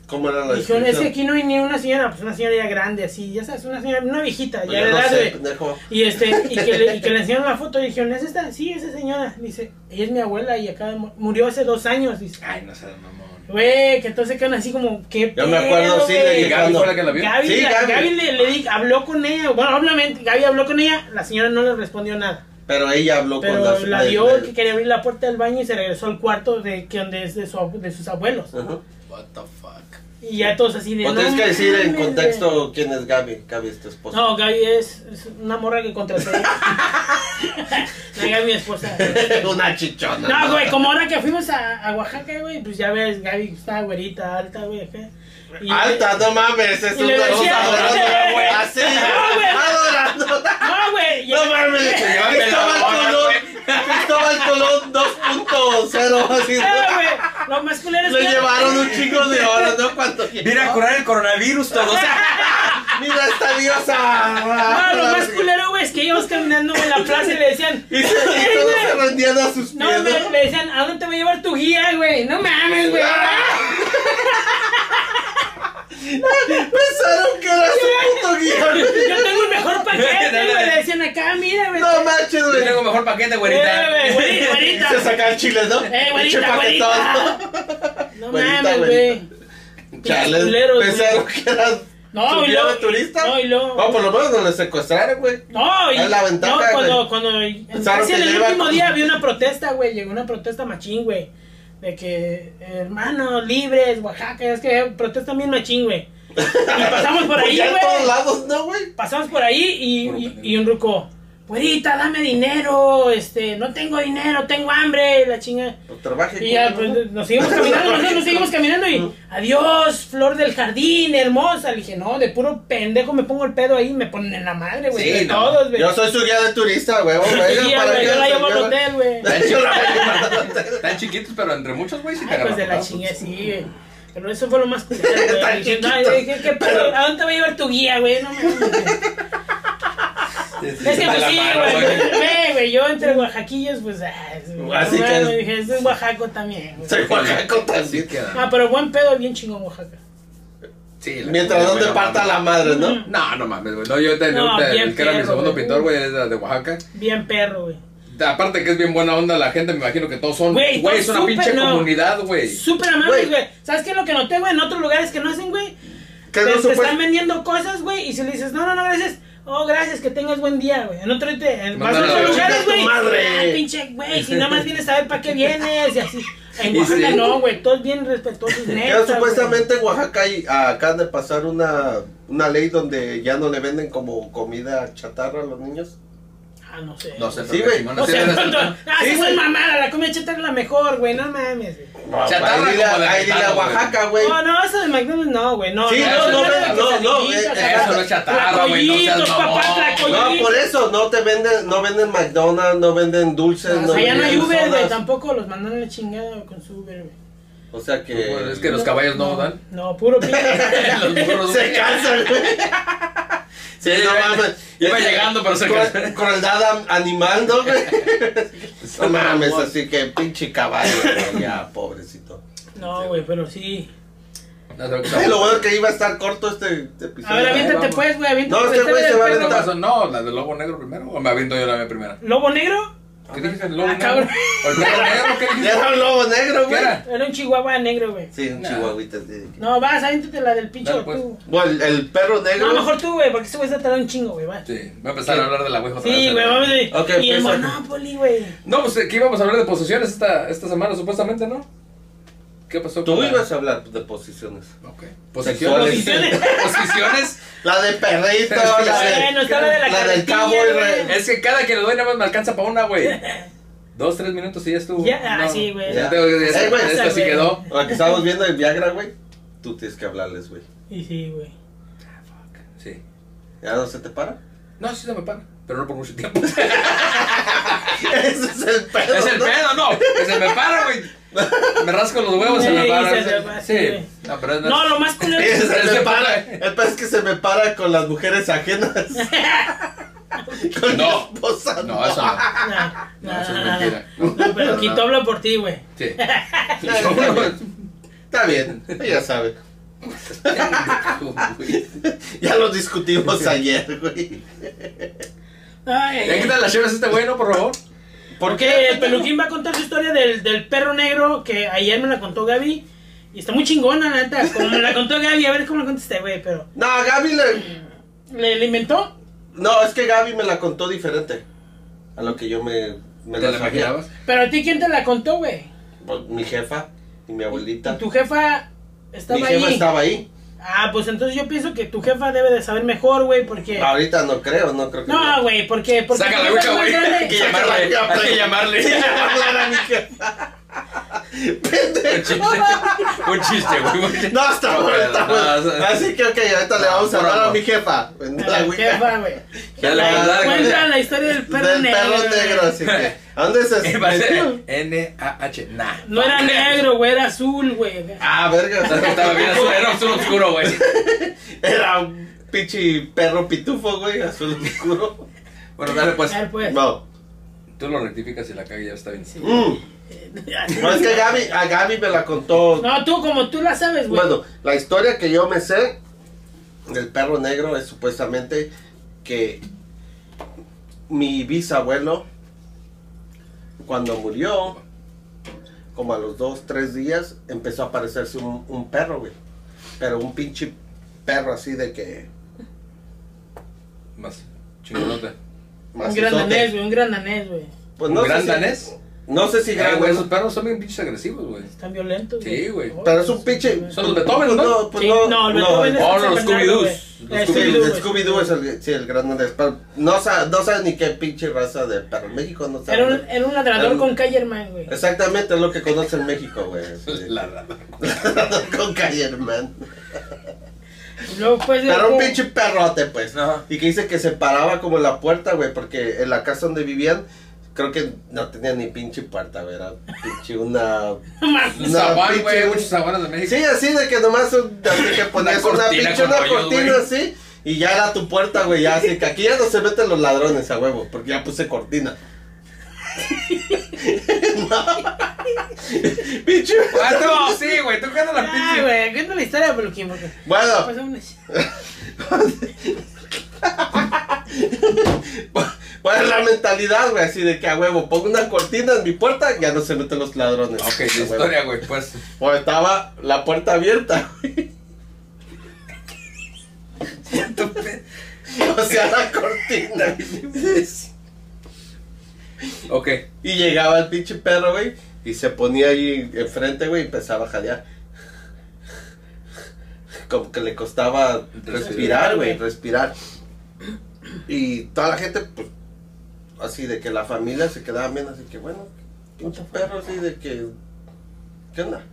¿Cómo era la
Dijeron, es que
descripción?
aquí no hay ni una señora, pues una señora ya grande, así, ya sabes, una señora, una viejita, ya
Yo
de
Pues no
edad
sé,
de-
pendejo.
y este, y que le, y que le enseñaron la foto y dijeron, ¿es esta? Sí, esa señora. Dice, ella es mi abuela y acaba de mu- murió hace dos años. Dice,
Ay, no seas mamón.
güey, que entonces quedan así como, ¿qué
Yo me acuerdo,
pedo,
sí,
güey?"
de
¿Y Gaby fue la que la vio?
Gaby,
Sí,
la-
Gaby.
Gaby le, le di- habló con ella, bueno, obviamente, Gaby habló con ella, la señora no le respondió nada.
Pero ella habló con
Pero
la
la
de-
vio
de-
que quería abrir la puerta del baño y se regresó al cuarto de que donde es de, su abu- de sus abuelos.
Ajá.
What the fuck.
Y ya todos así de
O Ah, Pues tienes
"No
que decir en
mames, güey".
contexto quién es Gaby. Gaby es tu esposa.
No, Gaby es, es una morra que contraté. no, Gaby es mi esposa.
Una chichona.
No, güey, como ahora que fuimos a, a Oaxaca, güey, pues ya ves, Gaby está güerita, alta, güey, acá. Y-
Alta, no mames, es
Y le
una
decía,
cosa adorada,
"Oye, güey".
güey. Así,
No, güey.
adorada.
No, güey. y-
No mames,
Se lleva
Cristóbal
peladora,
Colón, Cristóbal Colón 2.0, así.
No, güey. Lo más culero es
Le
que-
llevaron un chingo de horas, ¿no? Cuando
Mira a curar el coronavirus todo. O sea,
Mira esta diosa.
No, lo más culero, güey, es que íbamos caminando en la plaza y le decían.
Y, se, y todos se rendían a sus pies.
No, me, le decían, ¿a dónde te va a llevar tu guía, güey? No mames, güey.
Ah. Pensaron que era su puto guía.
Yo tengo el mejor paquete, güey. Le decían acá, mira, güey.
No manches,
yo
güey.
tengo mejor paquete,
Eh,
güerita.
güey, güey, güerita,
Se saca el chile, ¿no?
¡Eh,
Pinche
güerita,
paquetón,
güerita! No
Güerita,
mames, güey.
güerita.
Pinches
Chale,
culeros,
pensaron
güey.
que eras
No, y
tuviera
luego-
turista.
no, y luego-
Bueno, por lo menos no le secuestraron, güey.
No, y,
Es la ventaja,
no, cuando,
güey.
cuando en
Pensaron
casi
que
en el
ya iba
último
con-
día había una protesta, güey, llegó una protesta machín, güey, de que hermanos libres, Oaxaca, es que protestan bien machín, güey. Y pasamos por
Pues
ahí,
ya en todos
güey.
lados, ¿no, güey?
Pasamos por ahí y,
Puro
y-
pendejo.
y un ruco, güerita, dame dinero, este, no tengo dinero, tengo hambre, y la chinga.
Pues trabaje.
Y ya,
güey, ¿no?
pues, nos seguimos caminando, nosotros nos seguimos caminando y adiós, flor del jardín, hermosa. Le dije, no, de puro pendejo me pongo el pedo ahí, me ponen en la madre, güey.
Sí,
de
no.
todos, güey.
Yo soy su guía de turista, güey. güey,
Sí,
para
güey,
que
yo la
se
llevo al
lleve-
hotel, güey.
Tan chiquitos, tan chiquitos, pero entre muchos, güey, sí te
Ay, pues
agarran
de la
putazos.
chinga, sí, güey. Pero eso fue lo más culero, güey.
Tan
Dije,
chiquito.
"Ay, güey, ¿qué- qué pedo? ¿A dónde te va a llevar tu guía, güey? No mames. güey". Es que
Está
pues
la
sí,
mano,
güey. Güey, güey, yo entre oaxaquillos, pues. ah, es-
Así
no
que-
mames, Dije, este es Oaxaco también, güey.
Soy Oaxaco
Sí,
también.
queda.
Ah, pero buen pedo, bien chingón Oaxaca.
Sí, la-
Mientras no te parta la madre, ¿no?
No, no mames, güey. No, yo te,
No,
te-
bien
el que era mi
perro,
segundo
güey.
pintor, güey, es de Oaxaca.
Bien perro, güey.
Aparte que es bien buena onda la gente, me imagino que todos son.
Güey,
Güey,
todos
es una
súper,
pinche
no.
comunidad, güey.
Súper amables,
Güey.
güey. ¿Sabes qué es lo que noté, güey? En otros lugares que no hacen, güey.
Que
te,
no
te
se puede-
están vendiendo cosas, güey, y si le dices, no, no, no, gracias, oh, gracias, que tengas buen día, güey. En otro, te, en, vas a
Mándalo a
otros
la
lugares,
chingada
güey.
tu madre.
"Ay, pinche, güey, si nada más vienes a ver para qué vienes, y así. En
Y
Oaxaca
sí.
no, güey, todos bien respetuosos,
Que
neta. güey.
supuestamente en Oaxaca hay- acaban de pasar una, una ley donde ya no le venden como comida chatarra a los niños.
Ah, no sé.
No sé,
Sí,
pero
güey.
chingón,
No
así
sé,
debe ser,
tonto.
¿no?
Ah,
Sí,
sí, güey,
sí.
mamada, la comida chatarra es la mejor, güey, no mames, güey.
Chatarra
ahí dile-
como de
ahí dile a
mercado,
Oaxaca, güey.
No, no, eso de McDonald's no, güey, no.
Sí,
no, no,
era
no, no,
quesadillitas,
no,
acá.
Eso no es chatarra, güey. No seas
Tlacoyitos, papá,
mamón.
tlacoyitos.
No, por eso no te venden, no venden McDonald's, no venden dulces, no
Ah, Allá no hay
venden
Uber, güey,
sodas.
tampoco los mandan a la chingada con su Uber, güey.
O sea que
Pues, es que los caballos no dan.
No, puro pinche.
Los burros,
se
güey.
cansan, güey. Sí, no
iba-
mames. este,
iba llegando, pero se
Cruel-
cansan.
Crueldad animal, ¿no, güey? No mames, así que pinche caballo, güey, ya, pobrecito.
No, güey, pero sí.
No sé lo que
Ay, lo bueno
está-
que iba a estar corto este, este episodio.
A ver, aviéntate
vamos.
pues, güey, aviéntate.
No,
pues,
este güey
este
se va a
perro.
¿Qué
aventar.
pasó? No, la del lobo negro primero. ¿O me aviento yo la mía primera?
¿Lobo negro?
¿Qué dijiste? ¿El lobo
Ah,
negro?
cabrón.
¿O el perro negro? ¿Qué
Ya
dijiste?
era un lobo negro,
¿Qué
güey.
era?
Era un chihuahua negro, güey.
Sí, un
Nah.
chihuahuita. sí.
No, vas, aviéntate la del pinche
Dale, pues.
tú.
Bueno, el, el perro negro.
No, mejor tú, güey, porque ese güey se ha tardado un chingo, güey, va.
Sí, voy a empezar a hablar de la Ouija otra
Sí,
vez.
güey, vamos. güey.
Ok, pues,
y el
empieza.
Monopoly, güey.
No, pues eh, que íbamos a hablar de posesiones esta, esta semana, supuestamente, ¿no? ¿Qué pasó?
Tú
con la-
ibas a hablar de posiciones.
Ok. ¿Posesiones?
Sexuales.
¿Posesiones?
La de perrito, la de.
Bueno, está la de la
del
carretilla,
cabo y re-
güey.
Es que cada que le doy nada más me alcanza para una, güey. Dos, tres minutos y ya estuvo.
Ya, ah, sí, güey.
Ya tengo que
Eh, güey,
Esta
esa,
sí
güey.
quedó.
Ahora que estamos viendo el Viagra, güey. Tú tienes que hablarles, güey.
Y sí, güey.
Sí.
¿Ya no se te para?
No, sí se me para, pero no por mucho tiempo.
Ese es el pedo.
es el
¿no?
pedo, no. Que se me para, güey. Me rasco los huevos, se me
Sí,
para.
se te va, sí,
sí.
güey.
No, pero es
No, lo más culero
Ese
es
se
se
me para.
para.
El pedo es que se me para con las mujeres ajenas. con
No.
mi esposa,
No, eso no.
Nah,
No,
nah,
eso es
nah, nah.
mentira.
No, pero Quito habla por ti, güey.
Sí.
Está bien, ya sabe. Ya lo discutimos ayer, güey.
Ay,
¿Ya quitan las cheves este güey, no, por favor?
Porque el peluquín va a contar su historia del, del perro negro que ayer me la contó Gaby. Y está muy chingona, la neta. Como me la contó Gaby, a ver cómo la contesté, güey, pero.
No, Gaby le.
¿Le, le inventó?
No, es que Gaby me la contó diferente a lo que yo me, me
¿Te
la
la
sabía.
imaginabas?
Pero a ti, ¿quién te la contó, güey?
Pues, mi jefa y mi abuelita.
Y Tu jefa estaba
mi
ahí.
jefa estaba ahí.
Ah, pues entonces yo pienso que tu jefa debe de saber mejor, güey, porque.
Ahorita no creo, no creo que.
No, güey, porque. porque
Ah, Saca la
tu jefa
hueca, güey.
es más grande.
Hay que llamarle. Hay que llamarle.
Hablar a mi jefa.
Un chiste. Un chiste, güey. un chiste.
No, está bueno, está
No,
bueno.
no, no.
Así que, ok, ahorita le vamos
por
a hablar a
amor.
mi jefa.
A la jefa, güey.
Ya la verdad, güey.
Cuenta la historia del perro
Del
negro.
perro
güey.
negro, así que. ¿A dónde se
Eh, Va a ser
metió?
N-A-H. Nah.
No era negro, güey, era azul, güey.
Ah, verga.
Estaba bien azul, era azul oscuro, güey.
Era un pinche perro pitufo, güey, azul oscuro.
Bueno, dale pues.
A ver, pues.
No.
Tú lo rectificas y la caga y ya está bien.
Sí.
Mm. No, es que Gaby, a Gaby me la contó.
No, tú como tú la sabes, güey.
Bueno, la historia que yo me sé del perro negro es supuestamente que mi bisabuelo, Cuando murió, como a los dos, tres días, empezó a aparecerse un, un perro, güey. Pero un pinche perro así de que.
Más chingonote.
Un
macizote.
gran danés, güey, un gran danés, güey.
Pues
¿Un gran
si-
danés? Eh,
No sé si
Sí,
gran
güey,
danés.
esos perros son bien pinches agresivos, güey.
Están violentos,
Sí, güey.
Oh,
Pero es un pinche.
Son los Beethoven, ¿no?
No, pues
Sí,
no.
no, el
no,
Beethoven es
Oh, los
el San Bernardo,
Scooby-Doos.
güey.
Los
Scooby-
Eh, Scooby-Doo,
el
güey.
Scooby-Doo es el, sí, el gran danés. pero No sabes no sabe ni qué pinche raza de perro. En México no sabe.
Era un, era un ladrador
Era un-
con Callerman, güey.
Exactamente es lo que conoce en México, güey. Sí.
La, la, la.
Con Cayerman.
Luego, pues,
Pero
luego-
un pinche perrote, pues.
Ajá.
Y que dice que se paraba como en la puerta, güey, porque en la casa donde vivían, creo que no tenía ni pinche puerta, güey. Era pinche una.
Mames.
No,
Sabán, güey,
pinche-
muchos sabanas de México.
Sí, así de que nomás un- así que ponías una,
cortina
pinche
con
una
rollos,
cortina
güey.
así y ya era tu puerta, güey. Ya así que aquí ya no se meten los ladrones a huevo, porque ya puse cortina. No. Pinche-
Ah, no, sí, güey, tú quedas la
Ah,
pinche.
güey, cuéntame la historia de Peluquín, porque...
Bueno,
Pasó una-
¿cuál es la mentalidad, güey? Así de que a huevo, pongo una cortina en mi puerta, ya no se meten los ladrones.
Ok,
A
la
huevo.
historia, güey, pues.
Pues estaba la puerta abierta, güey. O sea, la cortina. güey.
Ok.
Y llegaba el pinche perro, güey, y se ponía ahí enfrente, güey, y empezaba a jadear. Como que le costaba respirar, güey, respirar. Y toda la gente, pues, así de que la familia se quedaba bien, así que bueno, pinche perro, así de que, ¿qué onda?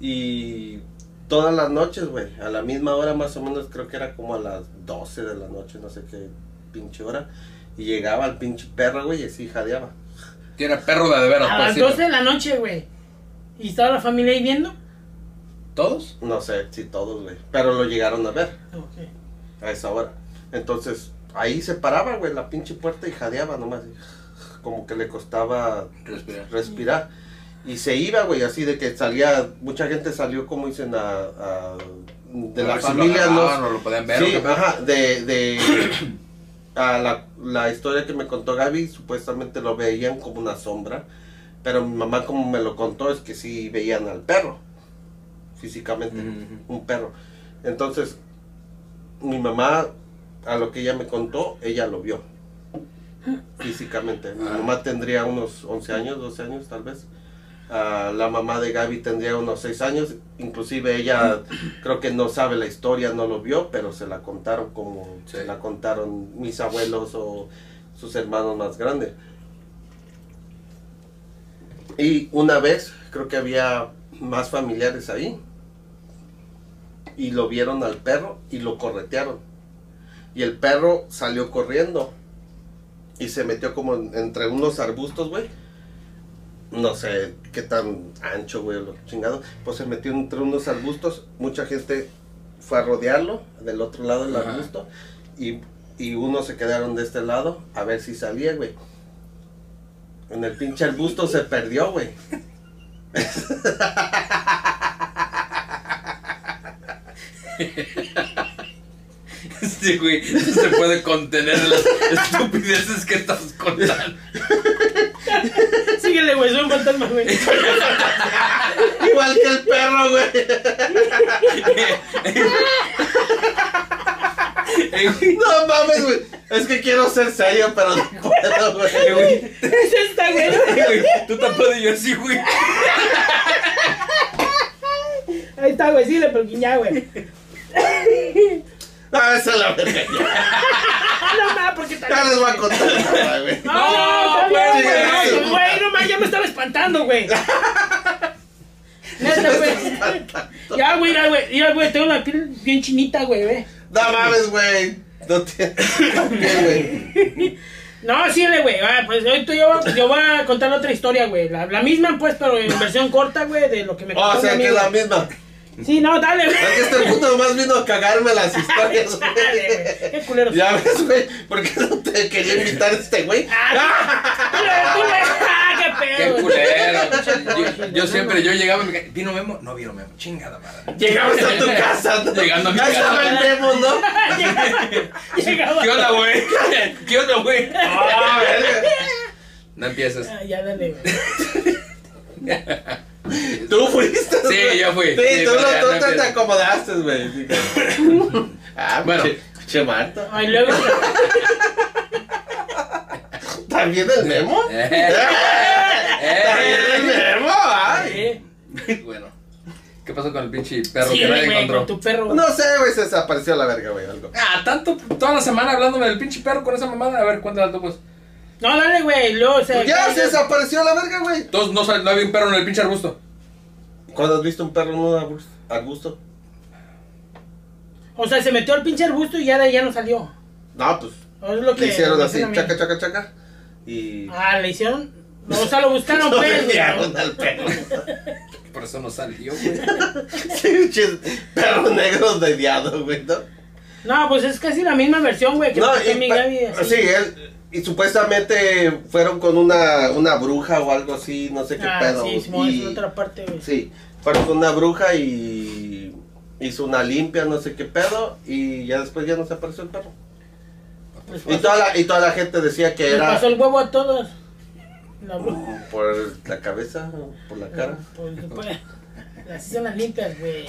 Y todas las noches, güey, a la misma hora más o menos, creo que era como a las 12 de la noche, no sé qué pinche hora. Y llegaba el pinche perro, güey, y así jadeaba.
Tiene perro de de veras,
A
pues,
las
sí,
12 de la noche, güey. Y estaba la familia ahí viendo.
güey. ¿Todos?
No sé si todos, güey. Pero lo llegaron a ver
Ah, Ok.
a esa hora. Entonces, ahí se paraba, güey, la pinche puerta y jadeaba nomás. y Como que le costaba
Respirar.
respirar. Y se iba, güey, así de que salía, mucha gente salió, como dicen, a, a- de
A
la
ver si
familia,
lo
no,
agarraban o lo podían ver.
sí,
o qué pedo.
ajá, de, de a la, la historia que me contó Gaby, supuestamente lo veían como una sombra, pero mi mamá como me lo contó es que sí veían al perro, físicamente,
Ujú.
un perro. Entonces, mi mamá, a lo que ella me contó, ella lo vio, físicamente. Mi
Ah.
mamá tendría unos 11 años, 12 años tal vez. Ah, la mamá de Gaby tendría unos 6 años, inclusive ella creo que no sabe la historia, no lo vio, pero se la contaron como
Sí.
se la contaron mis abuelos o sus hermanos más grandes. Y una vez creo que había más familiares ahí y lo vieron al perro y lo corretearon. Y el perro salió corriendo y se metió como en- entre unos arbustos, güey. No sé qué tan ancho, güey, lo chingado. Pues se metió entre unos arbustos. Mucha gente fue a rodearlo del otro lado del
Ajá.
arbusto. Y, y unos se quedaron de este lado a ver si salía, güey. En el pinche arbusto se perdió, güey.
Sí, güey, no se puede contener las estupideces que estás contando.
Síguele, güey, soy un fantasma, güey.
Igual que el perro, güey.
Eh, güey,
No mames, güey. Es que quiero ser serio, pero no puedo,
eh,
güey.
güey,
Es esta, güey.
eh, güey, Tú tapado y yo así, güey.
Ahí está, güey, síguele, Peluquín, ya, güey.
No, Ah, esa es la verga. ya.
Ah, no, ma, porque tal
Ya les voy a contar nada, pues, güey.
No, no, no,
No,
güey,
pues,
güey,
sí.
no, güey, no más, ya me estaba espantando, güey. Neta, güey. Ya, güey, ya, güey, ya, güey, tengo la piel bien chinita, güey, ve.
No mames, güey. No tiene. ¿Qué, güey?
No, síguele, güey, ah, pues hoy tú, yo, yo voy a contar otra historia, güey. La, la misma, pues, pero en versión corta, güey, de lo que me
Oh, o
contó
sea,
mi
que es
amigo.
la misma.
Sí, no, dale, güey.
Es que este puto nomás vino a cagarme las historias, güey.
Dale, güey. Qué culero.
Ya ves, güey. ¿Por qué no te quería invitar a este güey?
Ah, tú le- tú le- ah, qué
Qué
pedo. güey.
culero. Yo, yo siempre, yo llegaba y me ca- ¿Vino Memo? No vino Memo, chingada madre.
Llegamos a tu casa, ¿no?
Llegando a mi
Ya
casa.
vendemos, ¿no?
Llegaba-
¿Qué onda, güey? ¿Qué onda, güey?
Ah, verga.
No empieces.
Ah, ya dale, güey.
Tú fuiste.
Sí,
güey.
yo fui.
Sí,
Sí,
tú,
pero
no-
ya
tú
no
te- te,
empiezo.
acomodaste, güey. Dije, ah,
Bueno.
Che, che Marta.
Ay, luego.
¿También el Memo?
Eh,
¿También el Memo? Ay.
Eh,
Bueno. ¿Qué pasó con el pinche perro
sí,
que nadie
güey, con
encontró?
tu perro.
No sé, güey, se desapareció a la verga, güey, algo.
Ah, tanto, toda la semana hablándome del pinche perro con esa mamada. A ver, cuéntala tú, pues.
No, dale, güey. Luego, o sea,
Pues Ya
cada-
se desapareció a la verga, güey.
Entonces no, sal- no había un perro en el pinche arbusto.
¿Cuándo has visto un perro en un arbus- arbusto?
O sea, se metió al pinche arbusto y ya de ahí ya no salió.
No, pues.
O es lo que.
Le hicieron
lo
así,
dicen a mí.
chaca, chaca, chaca. Y.
Ah, le hicieron. No, o sea, lo buscaron,
Lo
pues, güey.
desviaron al perro.
Por eso no salió, güey.
Sí, ches, perro negro de diado, güey, ¿no?
No, pues es casi la misma versión, güey, que
No,
pasó
y
en mi
pa- ah,
Gaby, así.
sí, eh, él. Y supuestamente fueron con una, una bruja o algo así, no sé qué
Ah,
pedo.
sí, Simón,
y,
es otra parte, güey.
sí, fueron con una bruja y hizo una limpia, no sé qué pedo, y ya después ya no se apareció el perro.
Pues
Y
pasó-
toda la, y toda la gente decía que
les
era Uh,
pasó el huevo a todos. La bruja.
por la cabeza, por la cara.
Pues, pues, así son las limpias, güey.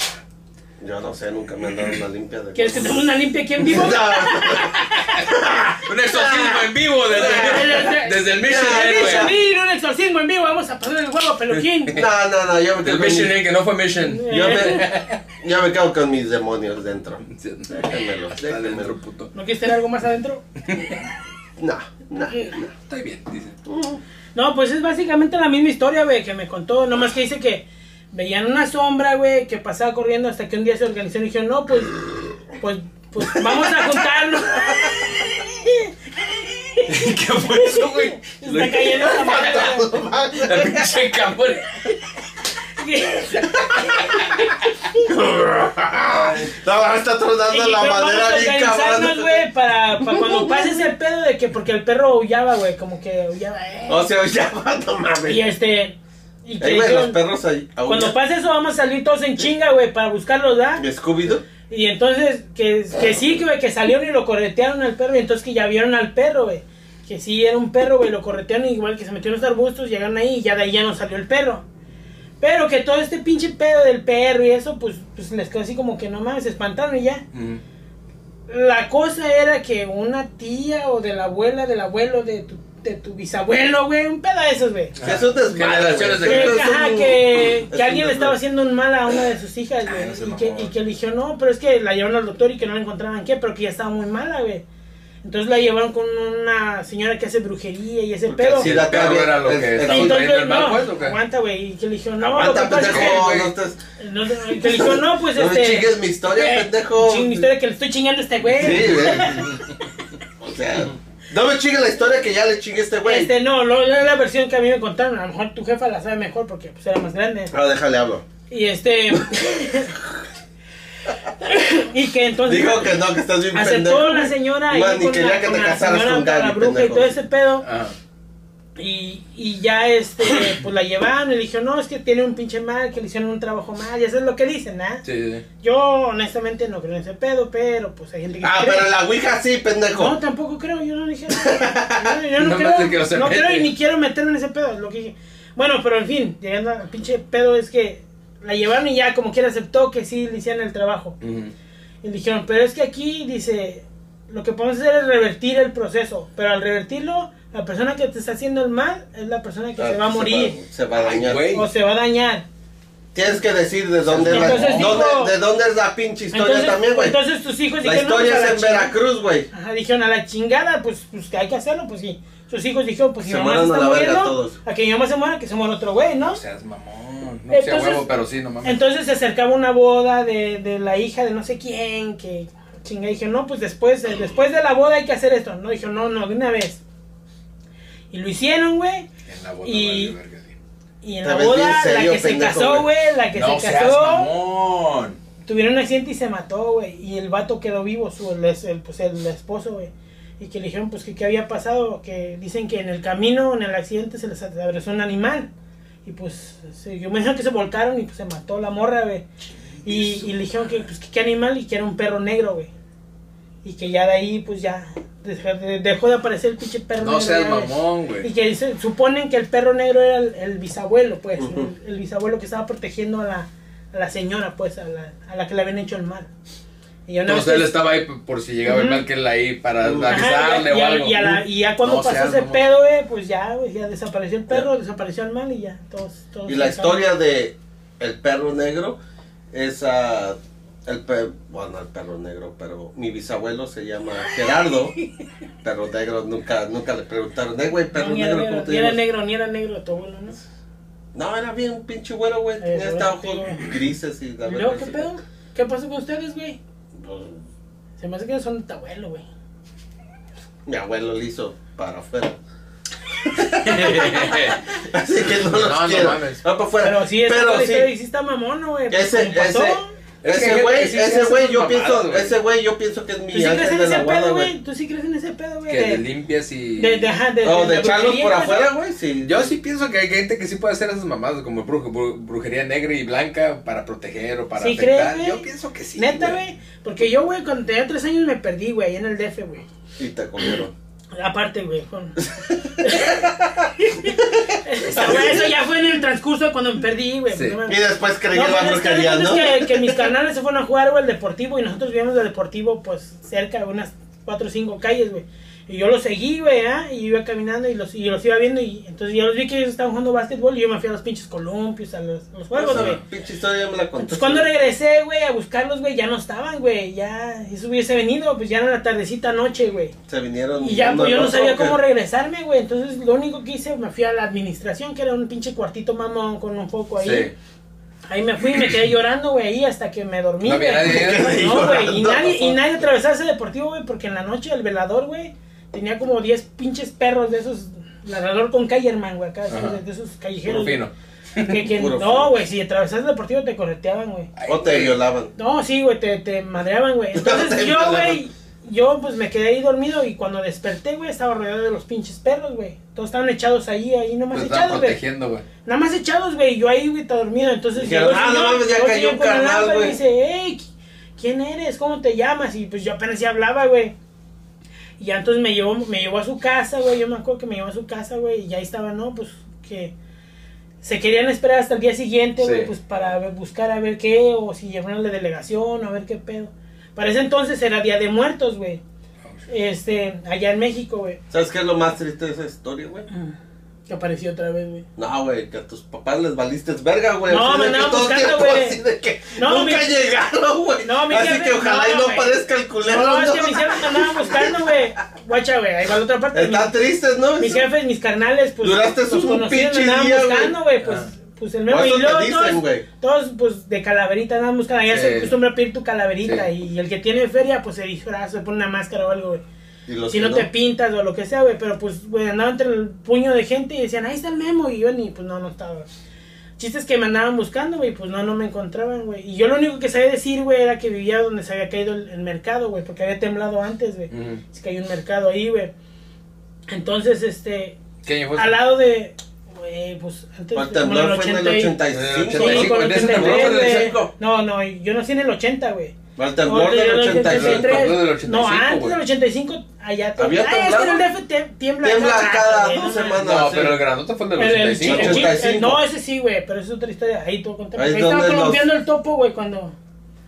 Yo no sé, nunca me han dado una limpia de
¿Quieres que te dé una limpia aquí en vivo?
Un exorcismo en vivo Ah, desde, desde el Missionary,
Mission
güey.
Aid, un exorcismo en vivo, vamos a poner el huevo a peluquín.
No, no, no, yo me quedo
El
con
Mission
mis,
Aid, que no fue Mission.
yo me, yo me quedo con mis demonios dentro. Déjenmelo,
Está dentro,
déjenmelo.
puto.
¿No quieres tener algo más adentro?
No, no.
Está bien, dice.
No, pues es básicamente la misma historia, güey, que me contó. Nomás que dice que veían una sombra, güey, que pasaba corriendo hasta que un día se organizaron y dijeron, no, pues, pues, pues vamos a juntarnos.
¿Qué fue eso, güey?
Está cayendo la mata, güey.
La pinche cabrón.
No, está
Y
tronando la
dijeron,
madera
vamos a
bien
organizarnos,
cabrón.
güey, para, para cuando pase ese pedo de que, porque el perro aullaba, güey, como que aullaba, eh.
O sea, ya va, no
Y
mames.
este. Y que
Ahí, güey, los
dijeron,
perros ahí.
cuando pase eso, vamos a salir todos en chinga, güey, para buscarlos, ¿da?
Scooby-Doo.
Y entonces, que, que sí, que, güey, que salieron y lo corretearon al perro, y entonces que ya vieron al perro, güey. Que sí, era un perro, güey, lo corretearon igual que se metió en los arbustos, llegaron ahí y ya de ahí ya no salió el perro. Pero que todo este pinche pedo del perro y eso, pues, pues les quedó así como que no mames, se espantaron y ya.
Mm.
La cosa era que una tía o de la abuela, del abuelo, de tu, de tu bisabuelo, güey, un pedo de esos, güey.
Sí, es un desmadre.
Generaciones de
güey.
Que,
Es un-
ajá, que,
es
que
un
alguien le estaba
desmadre.
haciendo un mal a una de sus hijas, güey.
Ah, no se
y, que,
mamó.
y que le dijeron, no, pero es que la llevaron al doctor y que no le encontraban qué, pero que ya estaba muy mala, güey. Entonces la llevaron con una señora que hace brujería y ese
Porque
pedo.
así la perro era lo que
Es-
estaba
entonces,
trayendo el mal,
no,
pues, ¿o qué?
aguanta, güey. Y que le dijeron, no, lo
Aguanta,
que pasa es que-
pendejo.
güey.
No estás-
no, no, y que le dijeron, no, pues
no me
este.
chingues mi historia,
güey,
pendejo.
ching- mi historia que le estoy chingando a este güey.
Sí, güey. O sea, no me chingue la historia que ya le chingue este güey.
Este, no, lo- la, la versión que a mí me contaron, a lo mejor tu jefa la sabe mejor porque pues, era más grande.
Ah, déjale hablo.
Y este... y que entonces...
Digo que no, que estás bien pendejo.
Pues, aceptó la señora ahí
Más ni
con
quería
la-
que
con
te
la
casaras
señora,
con Gaby,
la bruja y
pendejo.
todo ese pedo.
Ah.
Y, y ya este, pues la llevaron y le dijeron, no, es que tiene un pinche mal, que le hicieron un trabajo mal, y eso es lo que dicen, ¿ah?
Sí, sí, sí.
Yo honestamente no creo en ese pedo, pero pues hay gente que
Ah,
cree.
pero la Ouija sí, pendejo.
No, tampoco creo, yo no dije nada. Yo, yo no,
No más de que no se
creo, no
mete.
creo y ni quiero meterme en ese pedo, es lo que dije. Bueno, pero en fin, llegando al pinche pedo es que la llevaron y ya como quiera aceptó que sí le hicieron el trabajo.
Ujú.
Y dijeron, pero es que aquí dice, lo que podemos hacer es revertir el proceso, pero al revertirlo, la persona que te está haciendo el mal es la persona que
Ah,
se va a morir
Se va, a dañar.
Ay, güey.
o se va a dañar.
Tienes que decir de dónde, es la,
Entonces dijo-
dónde- de dónde es la pinche historia
Entonces,
también, güey.
entonces tus hijos
La
dijeron, no,
historia
pues, a
es
la
en
chingada.
Veracruz, güey.
Ajá, dijeron a la chingada, pues, pues que hay que hacerlo, pues sí. Sus hijos dijeron, pues si
Se
mi mamá se
mueran a
está
la verga
muriendo,
todos.
a que mi mamá se muera, que se muera otro güey, ¿no?
No seas mamón. No sea
Entonces-
huevo, pero sí, no mames.
Entonces se acercaba una boda de, de la hija de no sé quién, que chinga, dije, no, pues después, eh, después de la boda hay que hacer esto. No, dijo, no, no, de una vez. Y lo hicieron, güey.
En la bota
Y-
vale verga, sí.
Y en
Te
la
ves bien
boda,
serio,
la que se
pendejo,
casó,
güey.
güey, la que
No
se
seas
casó,
mamón.
tuvieron un accidente y se mató, güey. Y el vato quedó vivo, su, el, es- el, pues, el esposo, güey. Y que le dijeron, pues, que qué había pasado. Que dicen que en el camino, en el accidente, se les atravesó un animal. Y pues, se- yo me imagino que se volcaron y pues se mató la morra, güey. Y, y le dijeron que, pues, que qué animal y que era un perro negro, güey. Y que ya de ahí, pues ya deja- de- dejó de aparecer el pinche perro
No seas
ya ves.
mamón,
Y
güey.
que dice- suponen que el perro negro era el, el bisabuelo, pues.
Ujú.
el, el bisabuelo que estaba protegiendo a la, a la señora, pues, a la, a la que le habían hecho el mal. Y ya una vez
Entonces él
que-
estaba ahí por si llegaba el
Ujú.
mal que él ahí para
Ujú.
Ajá,
avisarle
y,
o
a-
algo.
y a la- y ya cuando
No
pasó
seas
ese
mamón.
pedo, güey, pues ya, güey, ya desapareció el perro, desapareció el mal y ya. Todos, todos
Y la
se acaban.
historia de El perro negro es ah, el pe- bueno, el perro negro, pero mi bisabuelo se llama Gerardo. Perro negro, nunca nunca le preguntaron, "Eh, güey, perro
No, ni era
negro,
negro,
¿cómo te
ni era
llamas?"
negro, ni era negro tu abuelo, ¿no?
No, era bien pinche güero, güey.
Eh,
Tenía hasta
seguro
ojos
que sí.
grises y la
¿Y luego
verdad
qué
sí.
pedo? ¿Qué pasó con ustedes, güey?
Pues,
Se me hace que son de tu abuelo, güey.
Mi abuelo le hizo para afuera. Así que no los
No, no
quiero.
mames.
No, para afuera.
Pero sí, esta
Pero
fue la
sí,
historia y sí está mamón, ¿no, güey.
Ese-
Como pasó.
ese-
Es que
Ese
gente
güey,
que sí se
ese
hace
güey,
sus
yo
mamadas,
pienso,
güey.
ese güey, yo pienso que es
¿Tú
mi
Pues sí crees
ángel
en
de
ese
la guarda,
pedo, güey?
güey.
¿Tú sí crees en ese pedo, güey?
que le
De,
limpias y.
de, de, ajá, de,
No, Oh, de echarlos
brujería,
por
güey.
afuera, güey, sí.
Yo sí pienso que hay gente que sí puede hacer esas mamadas como bruje- bru- brujería negra y blanca para proteger o para
¿Sí
afectar.
crees, güey?
Yo pienso que sí.
Neta, güey. Porque yo, güey, cuando tenía tres años me perdí, güey, ahí en el DF, güey.
Y te comieron.
Aparte, güey, con... Esa, güey, eso ya fue en el transcurso cuando me perdí, güey. pues,
Sí.
No mames.
Y después creí en
No,
la
pero es que
brujería,
lo que
¿no?
pasa es que, que mis canales se fueron a jugar, güey, el deportivo. Y nosotros vivíamos del deportivo, pues, cerca de unas cuatro o cinco calles, güey. Y yo los seguí, güey, ¿ah? Y iba caminando y los, y los iba viendo. Y entonces yo los vi que ellos estaban jugando básquetbol. Y yo me fui a los pinches columpios, a los,
Pues,
los juegos,
ah,
güey.
Pinche historia ya me la contaste.
Entonces, Pues, cuando regresé, güey, a buscarlos, güey, ya no estaban, güey. Ya, si eso hubiese venido, pues ya era la tardecita noche, güey.
Se vinieron.
Y ya,
uno
pues yo
al
no
otro,
sabía
¿o qué?
cómo regresarme, güey. Entonces, lo único que hice, me fui a la administración, que era un pinche cuartito mamón con un foco ahí.
Sí.
Ahí me fui y me quedé llorando, güey, ahí hasta que me dormí.
No había
güey.
nadie ¿eh? ahí.
No, güey, y
Llorando.
nadie, y nadie atravesaba ese deportivo, güey, porque en la noche el velador, güey, tenía como 10 pinches perros de esos, ladrador con Cayerman, güey, acá,
Ajá.
de, de esos
Puro
callejeros.
fino.
Que, que-
Puro
no,
fino.
güey, si atravesabas el deportivo te correteaban, güey.
Ay,
O te
güey.
violaban.
No, sí, güey, te, te madreaban, güey. Entonces
Te
yo,
madreaban.
güey, yo pues me quedé ahí dormido y cuando desperté, güey, estaba rodeado de los pinches perros, güey. Todos estaban echados ahí, ahí nomás
Te están
echados, Pues güey.
protegiendo, güey.
Nada más echados, güey, y yo ahí, güey, todo dormido. Entonces
Dijeron,
llegó el
"Ah, no
señor,
mames, ya
llegó el
cayó
señor
un
con la
carnal,
lámpara y
güey".
me dice, hey, ¿quién eres? ¿Cómo te llamas? Y pues yo apenas ya hablaba, güey. Y ya entonces me llevó, me llevó a su casa, güey. Yo me acuerdo que me llevó a su casa, güey. Y ya ahí estaba, no, pues que se querían esperar hasta el día siguiente,
Sí.
güey, pues para ver- buscar a ver qué, o si llevaron a la delegación, a ver qué pedo. Para ese entonces era Día de Muertos, güey. Este, allá en México, güey.
¿Sabes qué es lo más triste de esa historia, güey?
Que apareció otra vez, güey.
No, güey, que a tus papás les valiste verga, güey.
No,
Así de
me
que
andaban
todo el
buscando,
tiempo
güey.
Así de que
No,
nunca
mi-
llegaron, güey.
No, mi
así
jefe,
que ojalá
no,
y no
güey.
aparezca el culero.
No, es
¿no?
que mis jefes me andaban buscando, güey. Guacha, güey, ahí va la otra parte.
Están tristes, ¿no?
Mis, mis jefes, mis carnales, pues.
Duraste
los
un
conocidos
pinche
me andaban
día,
buscando, güey. Pues,
Ah.
pues el mero.
Por
Y
eso te
luego
dicen,
todos,
güey.
todos, pues de calaverita andaban buscando. Allá se
Sí.
acostumbra a pedir tu calaverita.
Sí.
Y el que tiene feria, pues se disfraza, se pone una máscara o algo, güey.
Y los
Si
que
no te pintas o lo que sea, güey. Pero pues, güey, andaba entre el puño de gente y decían, ahí está el memo. Y yo ni, pues no, no estaba. Chistes que me andaban buscando, güey, pues no, no me encontraban, güey. Y yo lo único que sabía decir, güey, era que vivía donde se había caído el, el mercado, güey, porque había temblado antes, güey.
Mm.
Ujú.
Es que hay un mercado ahí, güey. Entonces, este,
¿Qué año
Pues
fue?
al lado de, güey, pues antes
El
como
temblor fue en el
y-
85.
Sí,
Sí,
como
en
el
ese
83,
temblor fue en el
güey.
85.
No, no, yo nací en el 80, güey.
El temblor
Yo
del
nací en el
85.
83.
temblor del 85,
No, antes
güey.
del 85 allá te-
Había
Ay, es que en el
temblado.
DF te- tiembla,
Tiembla
cada rato,
cada
güey,
dos
no mames.
semanas.
No,
sí.
pero el grandote fue el del
Pero el
85.
chi- el chi-
85.
no, ese sí, güey, pero esa es otra historia. Ahí todo contar.
Ahí
Ahí
es
estaba
donde los-
columpiando el topo, güey, cuando.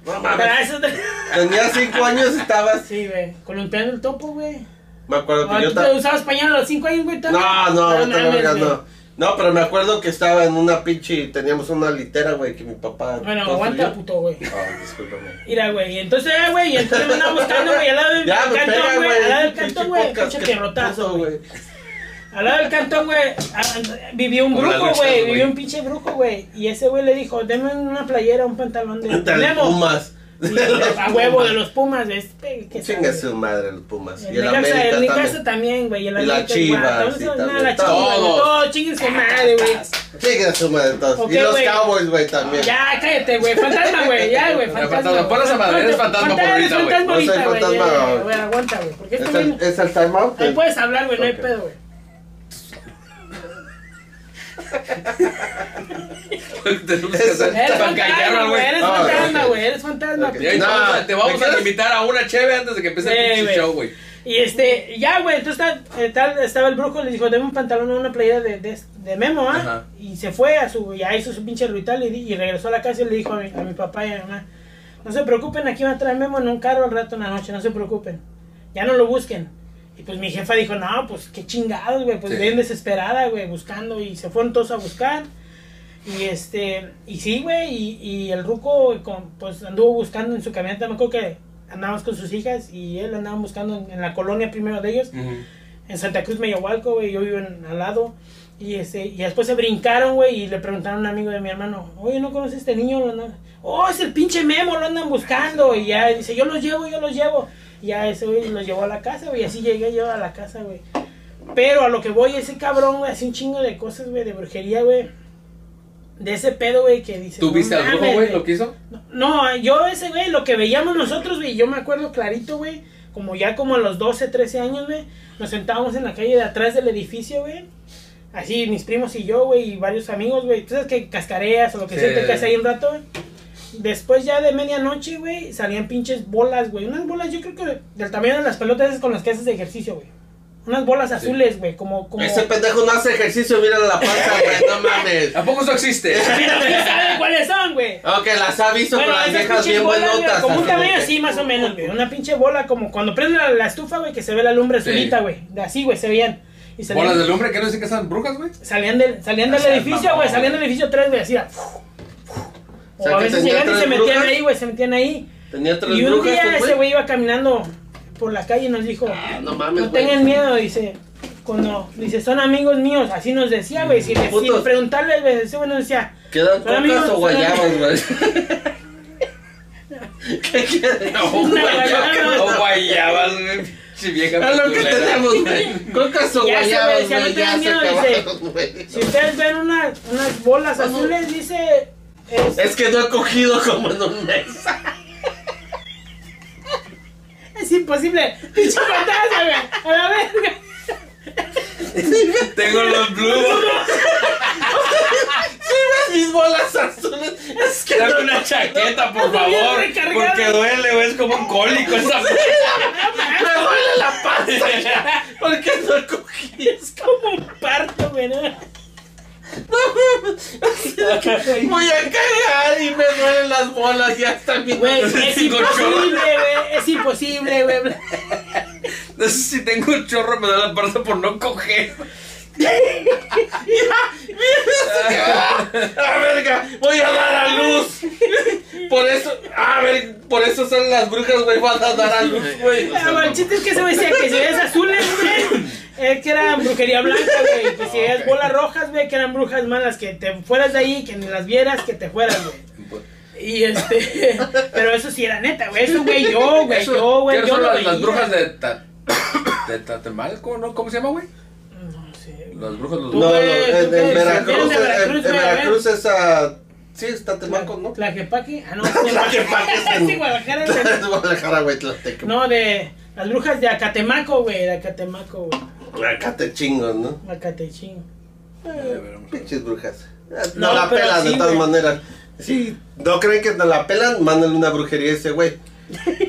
No mames.
Pero eso es-
Tenía 5 años y estabas.
Sí, güey, columpiando el topo, güey.
Me acuerdo
Ah,
que yo
¿Tú
estaba.
te usabas pañal a los 5 años, güey? también?
No, no, ahorita
mames,
no, verga,
güey.
no. No, pero me acuerdo que estaba en una pinche. Teníamos una litera, güey, que mi papá.
Bueno,
construyó.
aguanta, puto, güey.
Ah, discúlpame.
Mira, güey, y entonces, eh, güey, y entonces me andaba buscando, güey, al lado del
Ya, me pega,
cantón, güey, al lado del
güey.
cantón,
Pinche
güey,
podcast
pinche
que
pierrotazo,
puso,
güey. Al lado del cantón, güey, ah, vivió un
Como la
brujo,
lucha,
güey,
güey.
vivió un pinche brujo, güey, y ese güey le dijo, deme una playera, un pantalón de
De los
Lemo,
Pumas.
Y a huevo de los Pumas, güey, este, que
Chinga su madre los Pumas. Y el
En mi casa,
América
en mi
también.
casa también, güey, y el
Y la
América igual,
Chivas,
todos
sí,
esos- no,
también.
la Chivas, güey,
Todos.
todos, chinguen su madre, güey.
Chinga su madre todos.
Ok,
y los
güey.
Cowboys, güey, también.
Ya, cállate, güey. Fantasma, güey. Ya, güey. Fantasma.
fantasma. Pon esa madre, eres fantasma por ahorita, güey.
Fantasma
No soy
ahorita, güey.
fantasma,
ya,
güey.
Güey, aguanta, güey. Porque
¿Es
esto
el,
viene.
¿Es el timeout?
Ahí puedes hablar, güey. No hay
Ok.
pedo, güey.
Tenemos que hacer-
Eres
para engañar
fantasma,
al güey.
güey. Eres
No,
fantasma,
ok.
güey. Eres fantasma.
Ok.
Y ahí te
pinche.
No,
vamos a- te vamos
¿me
a
quieres?
invitar a una cheve antes de que empiece
Pues Sí,
el pinche
güey.
show, güey.
Y este, ya, güey, entonces tal- eh, tal- estaba el brujo, le dijo, deme un pantalón o una playera de, de, de Memo, ¿ah?
Ajá.
Y se fue a su, ya hizo su pinche ritual y, di- y regresó a la casa y le dijo a mi, a mi papá y a mi mamá, no se preocupen, aquí va a traer Memo en un carro al rato en la noche, no se preocupen, ya no lo busquen. Y pues mi jefa dijo, no, pues qué chingados, güey, pues
Sí.
bien desesperada, güey, buscando y se fueron todos a buscar. Y este, y sí, güey, y, y el ruco con- pues anduvo buscando en su camioneta, me acuerdo que andábamos con sus hijas y él andaba buscando en, en la colonia primero de ellos,
Ujú.
en Santa Cruz, Meyahualco, güey, yo vivo en, al lado. Y, este, y después se brincaron, güey, y le preguntaron a un amigo de mi hermano, oye, ¿no conoces a este niño? Lo andan- Oh, es el pinche Memo, lo andan buscando. Y ya dice, yo los llevo, yo los llevo. Y ya ese güey los llevó a la casa, güey, y así llegué yo a la casa, güey. Pero a lo que voy, ese cabrón, güey, hace un chingo de cosas, güey, de brujería, güey. De ese pedo, güey, que dice.
¿Tú
"No
viste al brujo,
mames,
güey, lo que hizo?
no, yo ese, güey, lo que veíamos nosotros, güey, yo me acuerdo clarito, güey, como ya como a los 12, 13 años, güey, nos sentábamos en la calle de atrás del edificio, güey. Así, mis primos y yo, güey, y varios amigos, güey. Tú sabes que cascareas o lo que
Sí.
sea, te quedas ahí un rato, güey. Después ya de medianoche, güey, salían pinches bolas, güey. Unas bolas, yo creo que del tamaño de las pelotas esas con las que haces de ejercicio, güey. Unas bolas azules, güey, como... como...
Ese pendejo no hace ejercicio, mira la panza, güey, no mames.
¿A poco eso existe?
Pero sí saben cuáles son, güey.
Aunque las ha visto,
Bueno,
pero las
esas
viejas
pinches
bien
bolas, güey,
buenotas.
como un
hasta
tamaño
donde-
así más o menos, güey. Una pinche bola como cuando prende la, la estufa, güey, que se ve la lumbre
Sí.
azulita, güey. De Así, güey, se veían. Y salían,
¿Bolas de lumbre? ¿Qué no dicen que son brujas, güey?
salían del, salían del
O sea,
edificio,
mamón,
güey. Salían del edificio tres, güey, así. a-
O sea,
o a
que
veces
tenía
llegaban y
tres
se metían
brujas.
ahí, güey, se metían ahí.
Tenía tres
Y un
brujas,
día
tú,
ese güey iba caminando por la calle y nos dijo,
Ah, no mames,
no
güey.
tengan miedo, dice. Cuando, dice, son amigos míos, así nos decía, güey. Sin,
Putos.
sin preguntarle, güey, ese güey nos decía,
¿Quedan
Son
cocas
amigos,
o
son
guayabas, güey? ¿Qué quieres?
guayaba.
No, guayabas, güey. Si vieja.
Es lo que
culera.
tenemos, güey. Cocas o
Ya se
guayabas,
me decía,
güey.
no
Ya
tengan
se
miedo,
acabaron, güey.
Si ustedes ven una- unas bolas
Bueno.
azules, dice. es-
Es que no he cogido como en un mes.
Es imposible. Pinche fantasma, güey. A la verga.
Tengo los blues.
Mis bolas azules. Es que
Dame una chaqueta, por favor.
recargada.
Porque duele, güey. Es como un cólico esa.
me duele la panza. ya, Porque no he cogido.
Es como un parto, güey. ¿no?
No mames. Así de que Voy a cagar y me duelen las bolas. Ya está mi
Güey, es
Tengo chorro.
imposible, güey. Es imposible, güey.
No sé si tengo un chorro, me da la panza por no coger.
¡Ah, verga! ¡Voy a dar a luz! Por eso, a ver, por eso son las brujas, güey, van a dar a luz, güey.
Ah, bueno, el chiste es que se me decía que si es azules, güey, es que eran brujería blanca, güey. Que si es
Ok.
bolas rojas, güey, que eran brujas malas. Que te fueras de ahí, que ni las vieras, que te fueras, güey. Y este. Pero eso sí era neta, güey. Eso, güey, yo, güey.
Eso-
Yo, güey.
¿qué
Yo
son
lo
las, las
veía.
brujas de, Ta- de Tatemalco, ¿no? ¿Cómo se llama, güey?
No sé.
Las brujas, los
No, no, en- en Veracruz,
en
en- en Veracruz
es a. Sí, es
Tlaquepaque,
Tatelmanco, ¿no?
Ah, no,
Pues,
Tlaquepaque.
es en-
Sí, Guadalajara es en-
Es Guadalajara, güey, Tlateco.
No, de las brujas de Acatemaco, güey. De Acatemaco, güey.
Acate chingos, ¿no?
Acatechingo.
Pinches brujas.
No,
No la
pero
pelan
sí,
de todas
güey.
maneras. Sí, no creen que no la pelan, mándale una brujería a ese güey.
De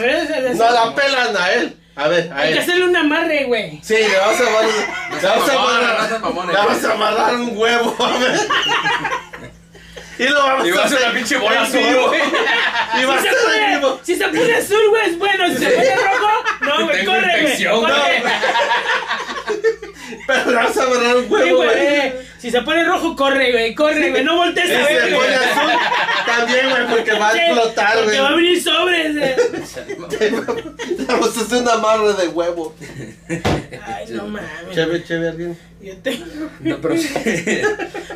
verdad, es- es-
No la pelan a él. A ver, a
Hay que
él.
hacerle un amarre, güey.
Sí, le vas a amarrar. Le vas a
mamona,
amarrar.
no seas mamona,
le vas a amarrar un huevo, a ver. Y lo vamos
Y va
a
a ser
hacer
una pinche bola
en
azul,
vivo.
güey.
Y va a
Si se,
ser el
pone,
vivo.
si se pone azul, güey, es bueno. Si se pone rojo, no, güey,
Tengo
corre, güey.
infección,
corre.
no,
Pero le vas a amarrar un
Sí,
huevo,
güey,
güey.
eh, Si se pone rojo, corre, güey, corre, güey. No voltees
Y
a
se
ver,
pone
güey.
azul también, güey, porque va a
Sí,
explotar,
Porque
güey.
va a venir sobres, eh. güey.
Le vamos a hacer un amarre de huevo.
Ay, no mames.
Chévere, chévere, alguien.
Yo tengo.
No, pero sí.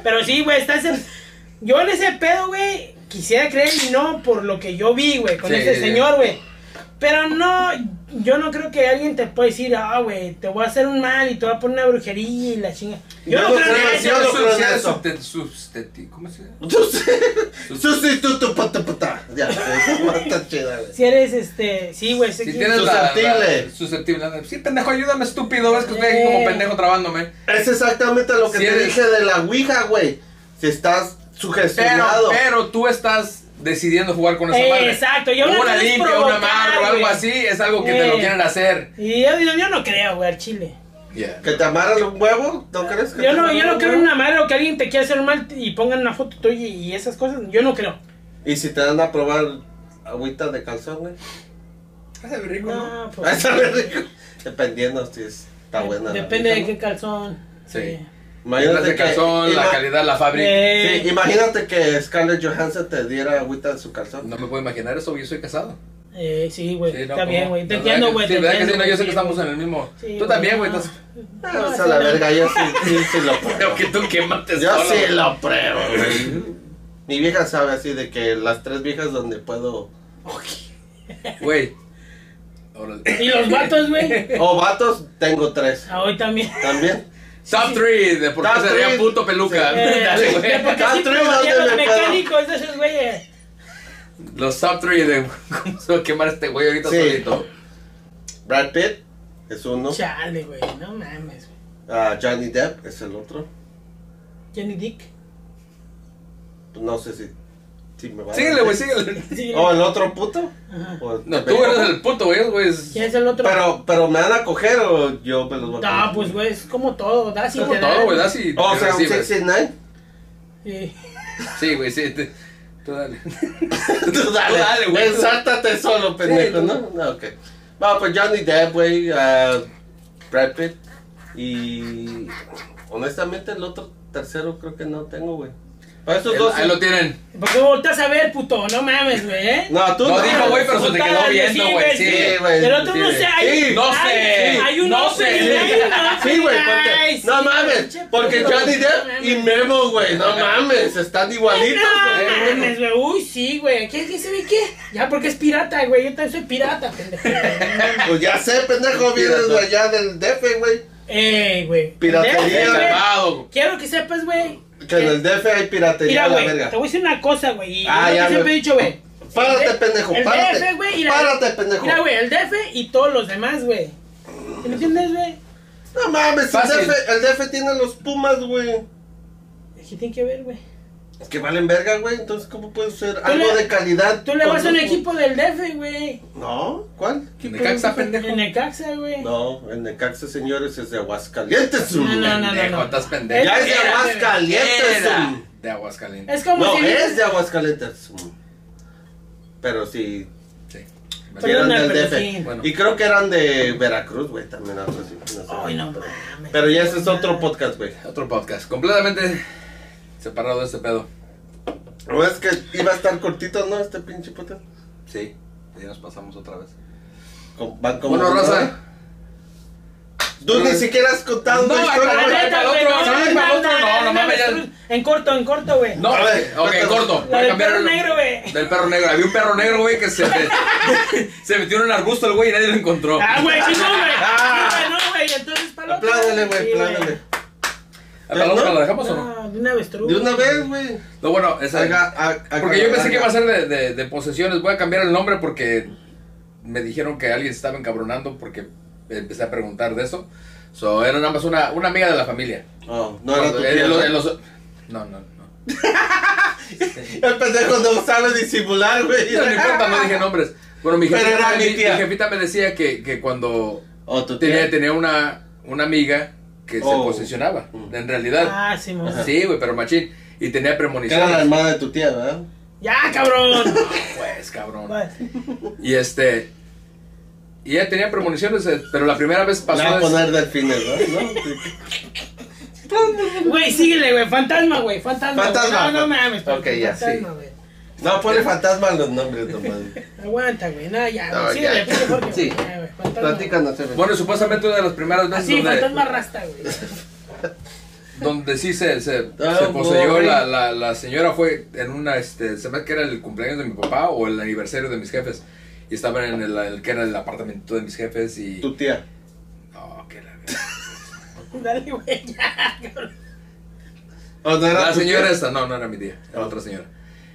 Pero sí, güey, está ese... Yo en ese pedo, güey, quisiera creer y no por lo que yo vi, güey, con
Sí,
ese
sí, sí.
señor, güey. Pero no, yo no creo que alguien te pueda decir, ah, güey, te voy a hacer un mal y te voy a poner una brujería y la chinga. Yo no, creo en eso.
yo no creo en
Sí,
eso.
subte- substeti- ¿Cómo se llama?
Sustituto pata pata. Ya, esa está chida, güey.
Si eres este, sí, güey, ese
Si
que-
tienes la-
Susceptible.
la- susceptible. anda. Sí, pendejo, ayúdame, estúpido. Es que estoy aquí como
Eh.
pendejo trabándome.
Es exactamente lo que
Si
te
eres-
dije de la Ouija, güey. Si estás
Pero,
sugestionado.
pero tú estás decidiendo jugar con esa
Eh,
madre.
exacto, yo no
una
quieres
limpia,
provocar,
una amarra o algo
güey.
así, es algo que te lo
Eh.
quieren hacer.
Y yo, yo, yo no creo, güey, al chile.
Yeah.
Que te amarran un huevo, ¿no crees? que
Yo
te
no,
amarran
yo no
un
creo en
huevo?
una madre o que alguien te quiera hacer mal y pongan una foto tuya y esas cosas. Yo no creo.
Y si te dan a probar agüita de calzón, güey.
Sabe rico, ¿no?
No,
Ahí
pues,
sabe rico. Dependiendo si es- está buena. la
Eh, depende de
agüita,
qué calzón.
Sí.
¿no?
Las de
que-
calzón, la
ima-
calidad, la fábrica.
Eh,
sí, imagínate que Scarlett Johansson te diera agüita de su calzón.
No me puedo imaginar eso, güey, yo soy casado.
eh, sí, güey.
Sí, no,
está bien,
¿cómo?
güey. Te
No,
entiendo,
¿verdad
güey.
que-
te
Sí, ¿verdad que sí?
entiendo,
No, yo sé
güey,
que estamos en el mismo.
sí,
Tú también, güey.
no.
estás-
Ah, o sea,
sí,
la
no.
verga, yo sí, sí, sí lo pruebo.
Creo que tú quemaste
Yo
solo,
sí
güey.
lo pruebo, güey. Mi vieja sabe así de que las tres viejas donde puedo.
Güey. Órale.
Y los vatos, güey.
O Oh, vatos, tengo tres.
Ah, Hoy también.
También.
Top 3 de por qué
Top
sería
three.
puto peluca.
Sí.
Eh,
Dale, güey. Ah,
de porque
Cada
siempre
tres donde
voltean los
me puedo.
mecánicos de esos güeyes.
Los top 3 de cómo se va a quemar este güey ahorita
Sí.
solito.
Brad Pitt es uno.
Chale, güey. No mames, güey.
Ah, Johnny Depp es el otro.
Jenny Dick.
No sé si, si me va a-
Síguele, güey, síguele.
Sí.
¿O el otro puto?
Ajá.
O el-
No, tú eres el puto, güey, güey. es-
¿Quién es el otro?
Pero, pero me van a coger o yo me los voy a coger.
Ah, pues, güey, es como todo. Das y
Como
te dan.
todo, güey, das
pues,
y
Oh, O sea, un
recibes.
669.
Sí.
Sí, güey, sí. te- Tú dale.
Tú
Tú dale, güey.
Ensártate Eh, solo, pendejo,
tú-
¿no? No, ok. Va, pues Johnny Depp, güey, ah, Brad Pitt y... Honestamente, el otro tercero creo que no tengo, güey. Para estos
Ahí-
dos...
Ahí lo tienen.
¿Por qué volteas a ver, puto? No mames, güey, ¿eh?
No, tú
No dijo, güey, pero se te quedó
Putada,
viendo,
sí,
güey.
güey,
Sí,
sí,
güey.
güey.
El otro
Sí,
no sé,
güey.
hay
Sí,
un-
no
hay-
sé.
Hay un
No
opening,
sé.
hay un opening.
Sí, güey, porque...
Ay,
No
sí,
mames,
pinche
porque
puto.
Johnny Depp y Memo, güey, no mames, están igualitos,
No
güey.
mames, güey. Uy, sí, güey. ¿Qué, qué se ve qué? Ya, porque es pirata, güey. Yo también soy pirata, pendejo.
Pues ya sé, pendejo, vienes de allá del DF, güey.
Ey, güey.
Piratería,
Deja, güey.
Salvado.
Quiero que sepas, güey.
Que en el DF hay piratería,
Mira,
a la
güey,
verga.
te voy a decir una cosa, güey. y
Ah, ya,
es lo que siempre
güey.
he dicho, güey.
Párate,
El-
pendejo,
el
párate.
DF, güey, y la-
Párate, pendejo.
Mira, güey, el DF y todos los demás, güey. ¿Me entiendes, güey?
No mames, el
Fácil.
DF, el DF tiene los Pumas, güey.
¿Qué tiene que ver, güey?
Que valen verga, güey. Entonces, ¿cómo puede ser algo
le-
de calidad?
Tú le
con
vas a un
los-
equipo del DF, güey.
No, ¿cuál?
Necaxa, pendejo.
En Necaxa, güey.
No, el Necaxa, señores, es de Aguascalientes.
No, no, no,
Pendejo,
no.
estás pendejo.
Ya es de
Era,
Aguascalientes.
Era
um.
De Aguascalientes.
Es como
No,
si.
es de Aguascalientes. um. Pero sí,
Sí.
sí
Pero-
eran
Perdona,
del
pero
DF.
sí.
Bueno.
Y creo que eran de Veracruz, güey, también algo así. no sé.
Ay, no mames.
Pero ya ese es otro podcast, güey.
Otro podcast. Completamente separado de este pedo.
¿No es que iba a estar cortito, no? Este pinche puto.
Sí. Ya nos pasamos otra vez.
Com- van como-
Bueno, Rosa.
¿Eh? Tú ni siquiera has contado
No,
una
acá-
historia,
La
güey.
Ah, neta,
Para el
güey,
otro,
no,
sí,
no,
para el otro,
no,
no,
no,
no mames,
En corto, en corto, güey.
No,
A ver,
ok,
cuéntanos.
corto.
La
Voy a
del
cambiar
perro
el-
negro, güey.
Del perro negro. Había un perro negro, güey, que se, se metió en un arbusto el güey y nadie lo encontró.
Ah, güey, sí, no, güey.
Ah.
Sí, güey, no, güey. Entonces, para
Apládale, güey, apládale.
¿La paloma
¿no?
la dejamos o no?
No, de una avestruz.
De una vez, güey.
No, bueno, esa.
Haga- ha- haga
Porque yo
la
pensé que iba a
gana.
ser de, de- de posesiones. Voy a cambiar el nombre porque me dijeron que alguien se estaba encabronando porque empecé a preguntar de eso. So, era nada más una, una amiga de la familia.
Oh, no era
Cuando-
tu
en
tía.
los-
güey.
en los- No, no, no.
El pendejo no sabe disimular, güey.
No, no importa, no dije nombres. Bueno, mi
Pero
jefita,
era
mi,
mi tía.
mi jefita me decía que, que cuando
O tu
tenía,
tía.
tenía una, una amiga que se
Oh.
posesionaba,
Mm.
en realidad.
Ah, sí, mo.
Sí, güey, pero machín. Y tenía
Que era la
premoniciones.
hermana de tu tía, ¿verdad?
Ya, cabrón.
Pues, cabrón.
Vas.
Y este. Y ella tenía premoniciones, eh, pero la primera vez
Le
pasó.
va a
des-
poner delfines, ¿verdad? ¿no? Sí.
Güey, síguele, güey. Fantasma, güey. Fantasma. güey.
Fantasma.
No, no mames.
Ok, ya, sí.
fantasma, güey.
No, ponle fantasma en los nombres nomás.
Aguanta, güey. No, ya, güey.
No,
síguele,
ya.
pinche Jorge.
Sí.
güey. Ya, güey, fantasma.
Platícanos, güey.
Bueno, supuestamente una de las primeras veces
Así,
donde,
fantasma rasta, güey.
donde sí se, se,
Ah,
se poseyó
güey.
la, la, la señora fue en una, este, se me que era el cumpleaños de mi papá o el aniversario de mis jefes. Y estaban en el, el que era el apartamento de mis jefes y...
Tu tía.
No, que la...
Dale, güey, ya, cabrón.
O no era
La
tu tía.
señora esta, no, no era mi tía, era otra señora.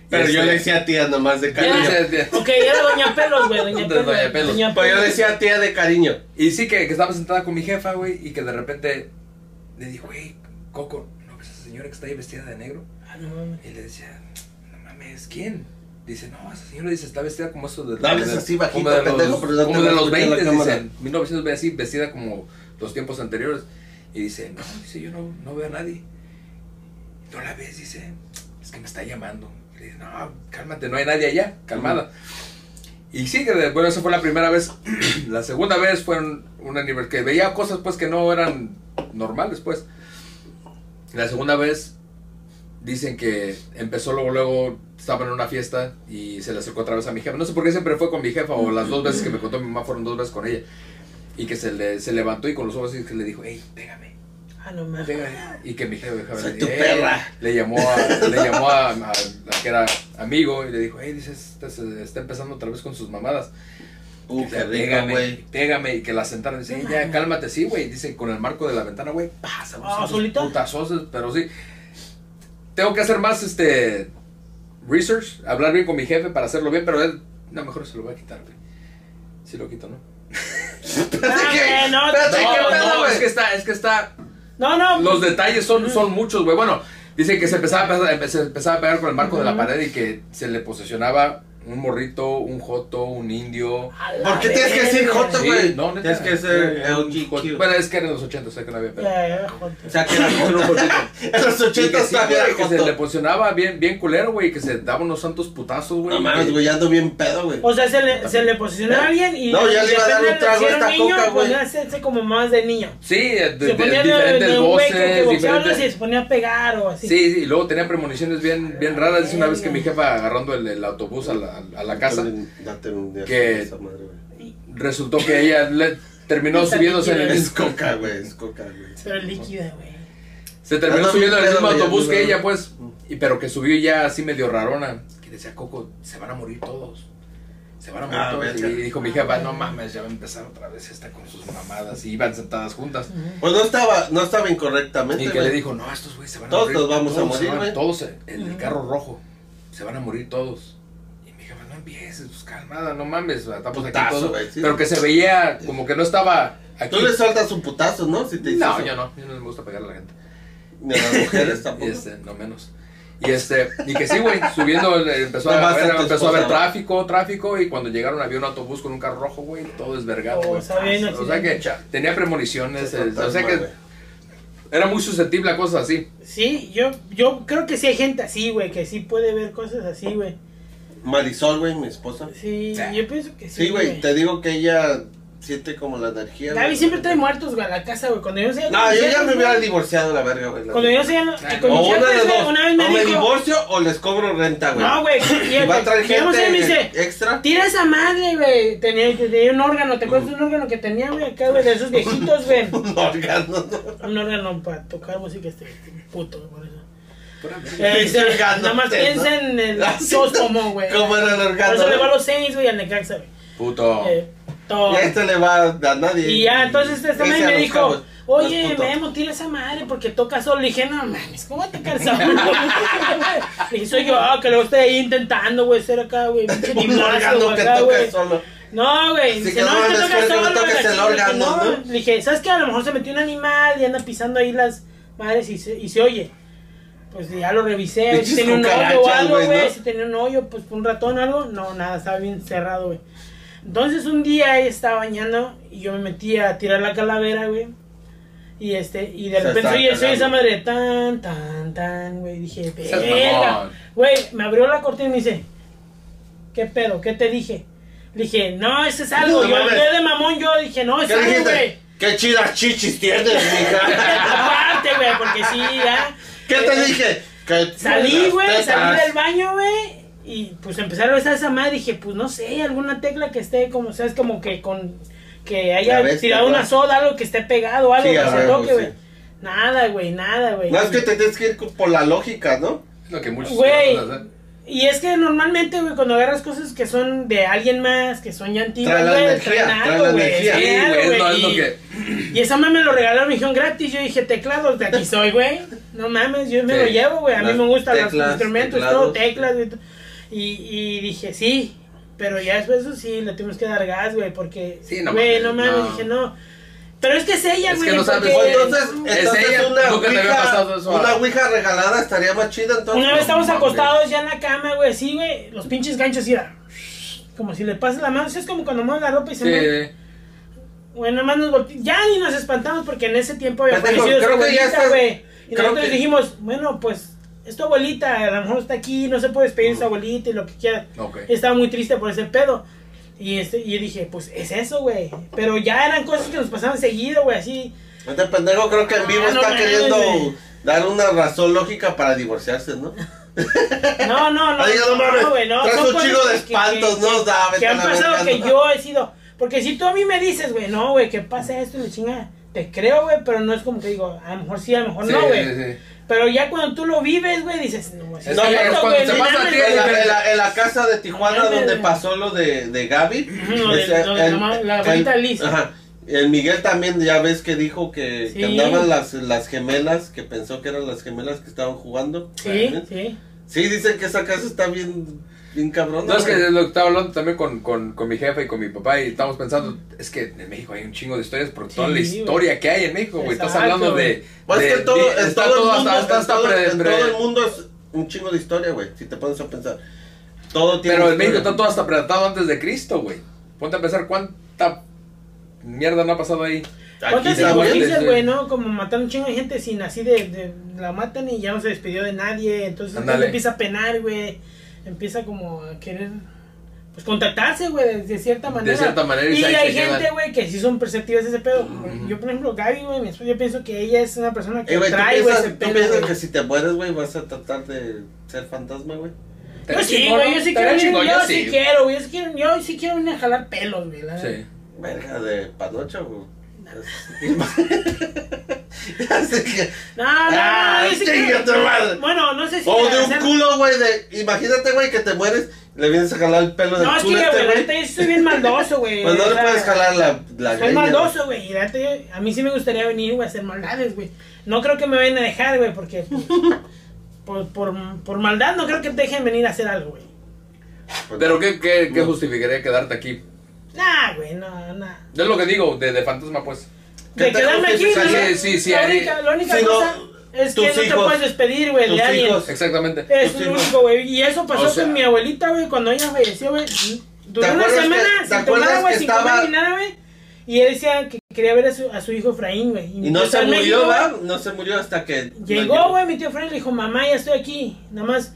Pero yo
Este,
le decía tía nomás de
yo le
cariño.
decía tía.
Ok, era Doña Pelos, güey. Doña
Doña
Pelos.
Pelos.
Pues yo decía tía de cariño.
Y sí, que, que estaba sentada con mi jefa, güey, y que de repente le dije, güey, Coco, ¿no ves señora que está ahí vestida de negro.
Ah, no mames.
Y le decía, no mames, ¿quién? Dice, no, esa señora dice, está vestida como eso de...
Dales
de-
así bajito,
como de los,
pendejo, pero no te
como de
vas a
los
escuchar en la
20,
cámara.
dice, 1920, así, vestida como los tiempos anteriores. Y dice, no, dice, yo no, no veo a nadie. No la ves, dice, es que me está llamando. Y le dice, no, cálmate, no hay nadie allá, calmada. Y sí, que de- bueno, esa fue la primera vez. la segunda vez fue un, un aniver- que veía cosas pues que no eran normales, pues. La segunda vez dicen que empezó luego, luego estaba en una fiesta y se le acercó otra vez a mi jefa. No sé por qué siempre fue con mi jefa o las dos veces que me contó mi mamá fueron dos veces con ella. Y que se, le, se levantó y con los ojos así que le dijo, hey, pégame,
Ah, no mames.
pégame. Y que mi jefa, jefa
Soy
le,
tu
"Ey".
perra.
le llamó, a, le llamó a, a- a que era amigo y le dijo, hey, dices, está, se- está empezando otra vez con sus mamadas.
Uh,
O
qué
sea,
rico,
pégame,
güey.
pégame y que la sentaron. Dice, "Ey, ya, cálmate, sí, güey. Dice, con el marco de la ventana, güey, pasa.
Ah, ¿solita?
pero sí. Tengo que hacer más, este, research, hablar bien con mi jefe para hacerlo bien, pero él, no, mejor se lo voy a quitar, güey. Sí lo quito, ¿no?
Espérate que-
Ah, no,
espérate,
no,
¿qué
no,
pedo, güey?
es que está, es que está,
No, no.
los detalles son, son muchos, güey. Bueno, dice que se empezaba, a pe- se empezaba a pegar con el marco de la pared y que se le posesionaba un morrito, un joto, un indio.
A la
¿Por qué tienes que decir
verga.
Joto,
Sí,
güey?
no, neta.
Tienes que ser
Un
LGQ.
Bueno, es que era en los 80, o sea que no había pedo.
Ya, ya, Joto.
O sea, que era solo un poquito.
En los
Y que
80
sí, güey,
también era
que se le
joto.
posicionaba bien, bien culero, güey, que se daba unos santos putazos, güey.
No mames,
que-
güey, ya ando bien pedo, güey.
O sea, se le, se le posicionó a alguien y.
No, ya le iba a dar
depende
un trago
si
a
era
esta
un niño,
coca,
pues,
güey.
hacerse como más de niño.
Sí, de,
Se
de-
ponía de, de,
diferentes
un güey que- que
voces,
boxeaba y
diferentes...
se ponía a pegar o así.
Sí, sí, y luego tenía premoniciones bien, bien raras. Dice una vez que mi
Verga.
jefa agarrando el, el autobús a la, a la casa,
Date un día
Que-
esa madre, güey.
resultó que ella le terminó
Esa
subiéndose en el
líquida.
Es
mismo...
coca, güey, es coca, güey.
Pero líquida, güey.
Se terminó
Ando
subiendo en el
bien
mismo
pedo, güey,
autobús que
ando
ella,
bien.
pues. Y, pero que subió ya así medio rarona. Que decía, Coco, se van a morir todos. Se van a morir
Ah,
todos.
verga.
Y dijo mi jefa, no mames, ya va a empezar otra vez esta con sus mamadas. Y iban sentadas juntas.
Pues no estaba, no estaba
Y
incorrectamente,
que le
güey.
dijo, no, estos güeyes se van a
Todos
morir.
nos vamos
todos
a
se
morir,
van-
güey.
Todos, eh, el del carro rojo. Se van a morir todos. Y mi jefa, no empieces, pues calmada, no mames. Estamos aquí
Putazo,
todos.
güey, sí.
Pero que se veía como que no estaba aquí.
Tú le sueltas un putazo, ¿no? Si te dices
No,
eso.
yo no, yo no me gusta pegarle a la gente.
Ni a las mujeres
Y
tampoco.
este, no menos. Y este, y que sí, güey, subiendo eh, empezó,
No
a,
más a
haber,
tu
empezó a haber
esposa.
tráfico, tráfico, y cuando llegaron había un autobús con un carro rojo, güey, todo desvergado,
Oh,
güey.
está bien,
o sea que tenía premoniciones, eh, o sea que
Fantasma,
era muy susceptible a cosas así.
Sí, yo, yo creo que sí hay gente así, güey, que sí puede ver cosas así, güey.
güey. Marisol, güey, mi esposa.
Sí,
Sí.
yo pienso que sí.
Sí, güey, te digo que ella siente como la energía.
Gaby
güey.
siempre trae muertos, güey, a la casa, güey. Cuando yo sé.
No, yo ya me hubiera divorciado la verga, güey. la
Cuando
neta.
yo sé.
no.
O
Cuando yo
una de
sé,
dos.
una vez
o
me
me
dijo.
divorcio o les cobro renta, güey.
No, güey.
Y va a traer
llegamos ahí y me dice,
gente extra.
Tira esa madre, güey. Tenía, tenía un órgano, ¿te acuerdas de un órgano que tenía, güey? Acá, güey, de esos viejitos, güey.
Un órgano, ¿no?
Un órgano para tocar música, este, este puto, güey, por eso.
Pura verga.
Eh, dice,
Chingándote,
nada más
¿no?
piensa en el
Así,
sóstomo, güey.
¿Cómo era el
Por
órgano?
eso le va a
güey?
los Saints, güey, al Necaxa, güey.
Puto.
Eh, todo.
Y a este le va a nadie.
Y ya, entonces este
Ese
man
a
me
los
dijo,
cabos. No
oye,
es puto.
Memo, tira esa madre porque toca solo. Le dije, no mames, ¿cómo va a tocar solo? Le dije, soy yo, ah, que lo estoy ahí intentando, güey, ser acá, güey. pinche
Un
gimnasio,
órgano
güey,
que
acá,
toca
güey.
solo.
No, güey.
Así
Dice,
que
no,
no
es
hables
que toca
fuerte, no
solo,
toques
la
el
chingada".
órgano,
No,
¿no?
Le dije, ¿sabes qué? A lo mejor se metió un animal y anda pisando ahí las madres y se, y se oye. Pues ya lo revisé, a ver si
Pinches
tenía un hoyo o
cucarachas,
algo,
güey,
güey.
¿no?
Si tenía un hoyo, pues un ratón o algo. No, nada, estaba bien cerrado, güey. Entonces un día ella estaba bañando y yo me metí a tirar la calavera, güey. Y este, y de
Se
repente
estaba
oye, soy esa
cagando.
madre tan, tan, tan, güey. Dije,
Seas
verga.
mamón.
Güey, me abrió la cortina y me dice, ¿qué pedo? ¿Qué te dije? Le dije, no, ese es algo.
No
yo
mames.
hablé de mamón, yo dije, no, es
¿Qué
algo, Pues güey.
dijiste? ¿Qué chidas chichis tienes, mija?
Aparte, güey, porque sí, ya.
¿Qué te dije? Que
Eh, Salí,
las
güey, salí
tetas.
del baño, güey. Y pues empezaron a besar esa madre. Dije, pues no sé, alguna tecla que esté como, ¿sabes? Como que con. Que haya
La bestia,
tirado una
güey.
soda, algo que esté pegado, algo
Sí,
que
a
se
huevo,
toque, güey.
sí.
Nada, güey, nada, güey.
No, es que te tienes que ir por la lógica, ¿no?
Es lo que muchos ¿eh?
Güey.
personas hacen.
Y es que normalmente, güey, cuando agarras cosas que son de alguien más, que son ya antiguas,
Trae la
güey,
energía,
traen
trae
algo,
la
güey.
energía.
Sí,
traen algo,
güey, no, es lo
y-
que.
Y esa madre me lo regalaron, me dijeron gratis. Yo dije, teclados, de aquí soy, güey. No mames, yo me
Sí,
lo llevo, güey. A mí
las
me gustan los
teclas,
instrumentos,
teclados.
todo, teclas, güey. to- Y, y dije, sí. Pero ya después, eso sí, le tuvimos que dar gas, güey, porque.
Sí, no
güey,
mames,
no mames,
no.
dije, no. Pero es que es ella,
Es
güey.
que no sabes
porque-
O Pues entonces,
Es
entonces
ella,
una,
nunca te había pasado
ouija,
eso,
una
ah.
ouija regalada estaría más chida entonces.
Una vez estamos
mames.
acostados ya en la cama, güey, así, güey, los pinches ganchos y era. Como si le pasas la mano, así es como cuando mueves la ropa y se mueve.
Sí.
Bueno, más nos volteamos. Ya ni nos espantamos porque en ese tiempo había
Pendejo,
aparecido su
creo que ya
abuelita,
estás-
güey. Y
creo
nosotros
que-
dijimos, bueno, pues es tu abuelita, a lo mejor está aquí, no se puede despedir de su abuelita y lo que quiera.
Ok.
Estaba muy triste por ese pedo. Y, este, y dije, pues es eso, güey. Pero ya eran cosas que nos pasaban seguido, güey, así.
Este pendejo creo que en vivo
Ah, no
está
mames,
queriendo
güey.
dar una razón lógica para divorciarse, ¿no?
No, no, no.
Ay, no mames,
güey, no,
traes
son
un
cosas
chingo de
que-
espantos,
que-
no,
que-
da, vete
Que
a
han
la
pasado
verga,
que
no.
yo he sido. Porque si tú a mí me dices, güey, no, güey, que pasa esto y la chingada. Te creo, güey, pero no es como que digo, a lo mejor sí, a lo mejor
Sí,
no, güey.
sí, sí.
Pero ya cuando tú lo vives, güey, dices, no,
Es
que es
cuando te pasa
no
a
mames,
ti,
güey,
En la,
güey.
en la- en la casa de Tijuana
Mames,
donde
güey.
pasó lo de, de Gaby.
lo de-
ese-
lo de la ma- la abuelita Liz.
ajá. El Miguel también ya ves que dijo que, que
Sí.
andaban las, las gemelas, que pensó que eran las gemelas que estaban jugando.
Sí, sí.
Sí, dicen que esa casa está bien, bien cabrona.
No, es que
güey.
es lo que estaba hablando también con, con, con mi jefe y con mi papá y estábamos pensando, es que en México hay un chingo de historias por toda
Sí,
la
güey.
historia que hay en México, güey. Estás
Exacto,
hablando
güey.
de...
Pues
de-
es que en todo,
de-
en
está
todo el
todo
mundo,
hasta- hasta
en todo-
pre-
en
pre-
todo el mundo es un chingo de historia, güey. Si te pones a pensar. Todo tiene
Pero en
historia.
México está todo hasta predatado antes de Cristo, güey. Ponte a pensar cuánta mierda no ha pasado ahí.
Aquí
¿Cuántas
está, güey,
injusticias,
sí.
güey, no? Como mataron un chingo de gente sin así de, de- La matan y ya no se despidió de nadie. Entonces la gente
Ándale.
empieza a penar, güey. Empieza como a querer. Pues contactarse, güey, de, de cierta manera.
cierta manera, y
Y
ahí
hay
se
gente,
quedan.
güey, que sí son perceptivas de ese pedo. Yo, por ejemplo, Gaby, güey, mi esposa, yo pienso que ella es una persona que
Eh, güey, ¿tú
trae, güey, ese
piensas, tú
pedo.
piensas
güey.
que si te mueres, güey, vas a tratar de ser fantasma, güey?
Yo
Estaría
pues sí,
chingón,
güey,
¿no?
yo sí
Estaría
quiero ir,
chingón,
yo sí quiero, güey, yo sí quiero, yo sí quiero venir a jalar pelos, güey. la
Sí.
neta.
Verga de panocha, güey. Así que-
No, no, no,
Ah,
yo sí
chinga
quiero.
tu madre.
Bueno, no sé si.
O de un
hacer-
culo, güey, de... Imagínate, güey, que te mueres, le vienes a jalar el pelo del
No, es que,
culo a
güey,
este,
la
güey.
neta, yo sí soy bien maldoso, güey.
Pues no
o
le
sea,
puedes jalar la, la
Soy
greña,
maldoso, güey. y la neta, yo- A mí sí me gustaría venir, güey, a hacer maldades, güey. No creo que me vayan a dejar, güey, porque. pues, Por, por, por maldad no creo que te dejen venir a hacer algo, güey.
güey.
Pero ¿qué, qué, qué
Pues No.
justificaría quedarte aquí?
Nah, güey, no, nah.
Es lo que digo, de, de fantasma, pues.
¿Qué
De
te
quedarme aquí,
justifica?
güey.
Sí, sí, sí,
La
ahí-
única, la única
Si no,
cosa es que
tus
no te
hijos,
puedes despedir, güey,
tus
de alguien.
hijos.
Exactamente.
Es
Pues sí,
lo
no.
único, güey. Y eso pasó
O sea-
con mi abuelita, güey, cuando ella falleció, güey. Duró una
acuerdas
semana
que- te
sin tomar
acuerdas
agua,
que
sin comer
estaba-
ni nada, güey. Y él decía que quería ver a su, a su hijo Efraín, güey.
Y no
yo
se
estaba en
murió,
México,
¿verdad? No se murió hasta que...
güey. Llegó, güey, mi tío Efraín y le dijo, mamá, ya estoy aquí. Nada más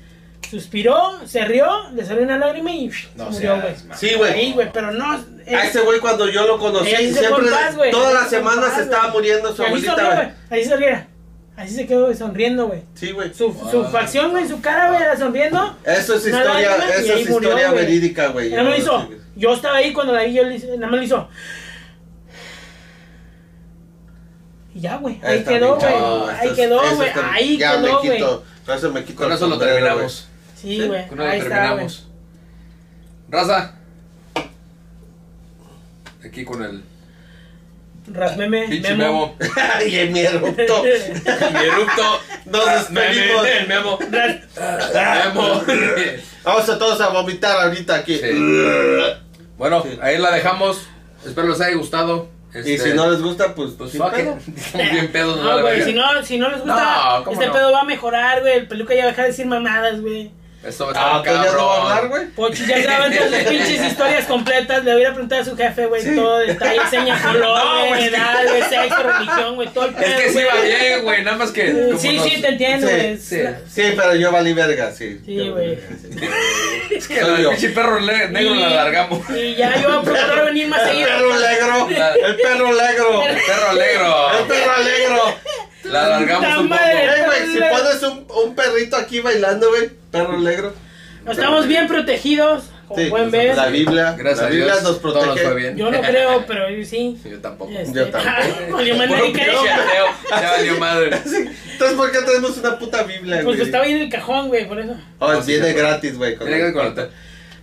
suspiró, se rió, le salió una lágrima y pff,
No
se
seas
murió, güey.
mamá.
Sí,
Ahí,
güey.
güey, pero no... eh,
A ese güey cuando yo lo conocí,
Él se fue
siempre...
en paz, güey.
todas
Él
las
se fue en
semanas
paz,
se estaba
güey.
muriendo su
Ahí sonrió,
abuelita, güey.
güey. Ahí sonriera. Ahí se quedó güey, sonriendo, güey.
Sí, güey.
Su, su facción, güey, su cara, güey, era sonriendo.
Eso es
Una
historia,
lágrima y
eso
ahí
es
murió,
historia
güey.
verídica, güey.
Nada más hizo. Yo estaba ahí cuando la vi, yo le hice- nada más le hizo. Y ya, güey.
Ahí
Ahí
está,
quedó,
pinche-
güey.
no,
Ahí quedó, güey. Ahí
ya
quedó,
me
güey.
quito. Con eso me quito.
Con
el
eso lo
sombrero, güey.
terminamos.
Sí, güey.
Con eso
Ahí
lo
está, güey.
terminamos. Raza. Aquí con el
Rasmeme,
pinche
memo.
memo.
Ay, el mierduto.
Mi erupto.
Nos despedimos.
El memo.
Ras-
Memo.
Vamos a todos a vomitar ahorita aquí.
Sí. Bueno,
Sí.
ahí la dejamos. Espero les haya gustado. Este,
Y si no les gusta, pues,
pues
sin
fuck
pedo.
it. Estamos bien pedos. nos
No,
vale
güey.
verga.
Si no, si no les gusta,
No, ¿cómo
este
no?
pedo va a mejorar, güey. El peluca ya va a dejar de decir mamadas, güey.
Esto va a estar
Ah, pues ya
cabrón.
no va a hablar, güey.
Pochi ya sabe todas las pinches historias completas. Le voy a ir a preguntar a su jefe, güey, todo detalle, seña, color, güey, edad, güey, sexo, religión, güey, todo el pedo.
Es que sí
Eh, güey.
va bien, güey. Nada más que. como
Eh, Sí,
nos-
sí, te entiendo,
Sí,
güey.
sí.
Sí, pero yo valí verga, sí.
Sí,
Yo-
güey.
Es que el pinche perro le- negro la largamos.
Y ya yo voy a procurar venir más
El
seguido.
perro negro. El perro negro.
Perro
El
negro.
perro negro.
La largamos un poco.
madre.
Eh, güey, si pones un, un perrito aquí bailando, güey, perro negro.
Nos estamos bien protegidos, como
Sí,
pueden ver.
La Biblia.
Gracias
la
a
Biblia
Dios.
nos
Todo nos
protege.
fue bien.
Yo no creo, pero yo sí.
Yo tampoco.
Este,
Yo tampoco.
ay, valió madre,
Puro
y creo.
pinche ateo. Ya valió madre.
Sí, Entonces, ¿por qué tenemos una puta Biblia,
Pues
güey?
estaba ahí en el cajón, güey, por eso.
Oh,
No, sí,
viene
sí.
gratis, güey. con-
Mira que corta.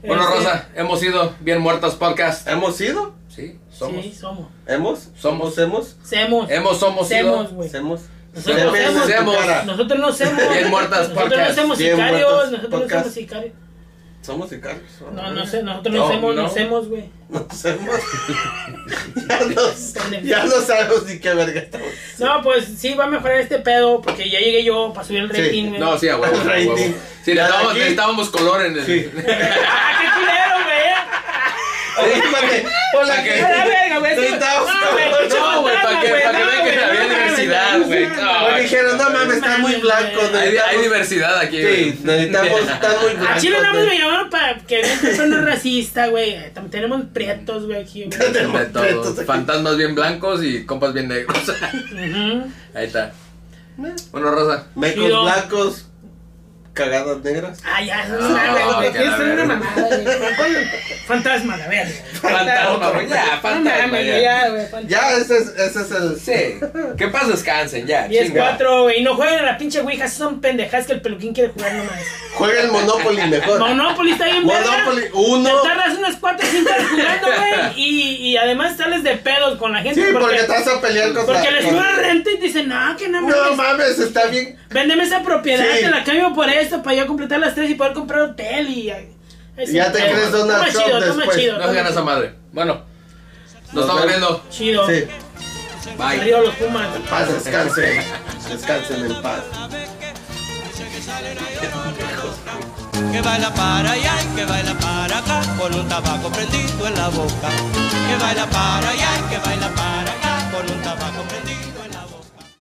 Bueno,
Este,
Rosa, hemos sido bien muertas podcast.
¿Hemos ido?
Sí, somos.
Sí, somos.
¿Hemos?
Somos.
¿Hemos?
Semos.
Hemos, somos,
Semos,
sido.
güey.
¿Hemos?
Nosotros
Semos en tu
semos.
cara.
Nosotros no somos.
Bien muertas
Nosotros no
podcast.
somos
Bien
sicarios.
muertas
Nosotros no
podcast.
somos sicarios.
Somos sicarios.
No, no sé, nosotros no,
No,
hacemos,
no.
no hacemos, güey.
No sabemos. ya, no, ya no sabemos ni qué verga estamos.
No, pues sí va a mejorar este pedo porque ya llegué yo para subir el
Sí,
rating, güey.
No, sí, a huevo. a
Rating.
huevo. Sí,
Ya de
necesitábamos,
aquí.
necesitábamos color en el.
Sí.
¡Ah, qué culero, güey!
Oye, Hola,
que-
¡A la verga, güey!
Sí, estamos
No, güey,
cabrón.
No, güey, para que,
güey,
para que
no,
vean que
güey,
había
no,
diversidad,
no,
güey.
no,
No,
Me dijeron, no mames, están muy
Mames,
blancos.
güey.
Ah, Hay, hay
necesitamos-
diversidad aquí. güey.
Sí, necesitamos, están muy
Ah,
blancos.
A Chile no
güey.
me llamaron para que vean que son racistas, güey. Tam- Tenemos prietos, güey, aquí, güey.
De todo.
Entonces,
Fantasmas bien blancos y compas bien negros.
Ujú.
Ahí está.
Eh.
Bueno, Rosa.
Mecos
Chido.
blancos, cagadas negras.
Ah, ya, no,
No,
mames,
no,
güey.
que la
Es una
verga.
mamada, güey. Fantasma, la verga.
Fantasma, güey. Ya,
No
fantasma.
mames,
ya.
ya, güey. fantasma.
Ya, ese es, ese es el.
Sí. Que paz descansen, ya.
10-4,
chinga.
güey. Y no jueguen a la pinche Ouija. esas Son pendejadas que el peluquín quiere jugar nomás.
Juega el Monopoly mejor.
Monopoly está bien, verga.
Monopoly,
Te
uno.
tardas unas 4 o 5 horas jugando, güey. Y, y además sales de pedos con la gente.
Sí, porque te vas a pelear contra.
porque les
contra-
sube renta y dicen, no, que no mames.
No mames, está bien.
Véndeme esa propiedad,
Sí.
te la cambio por esto para yo completar las tres y poder comprar hotel y. es
Ya
un
te
pedo.
crees Donald
Toma
Trump
chido, toma
después.
chido.
No
toma
se gana
chido.
esa madre. Bueno,
Nos
nos estamos
vemos.
viendo.
Chido.
Sí,
Bye.
Arriba los Pumas.
paz, descansen. Descansen en paz.
que baila para allá y que baila para acá con un tabaco prendido en la boca que baila para allá y que baila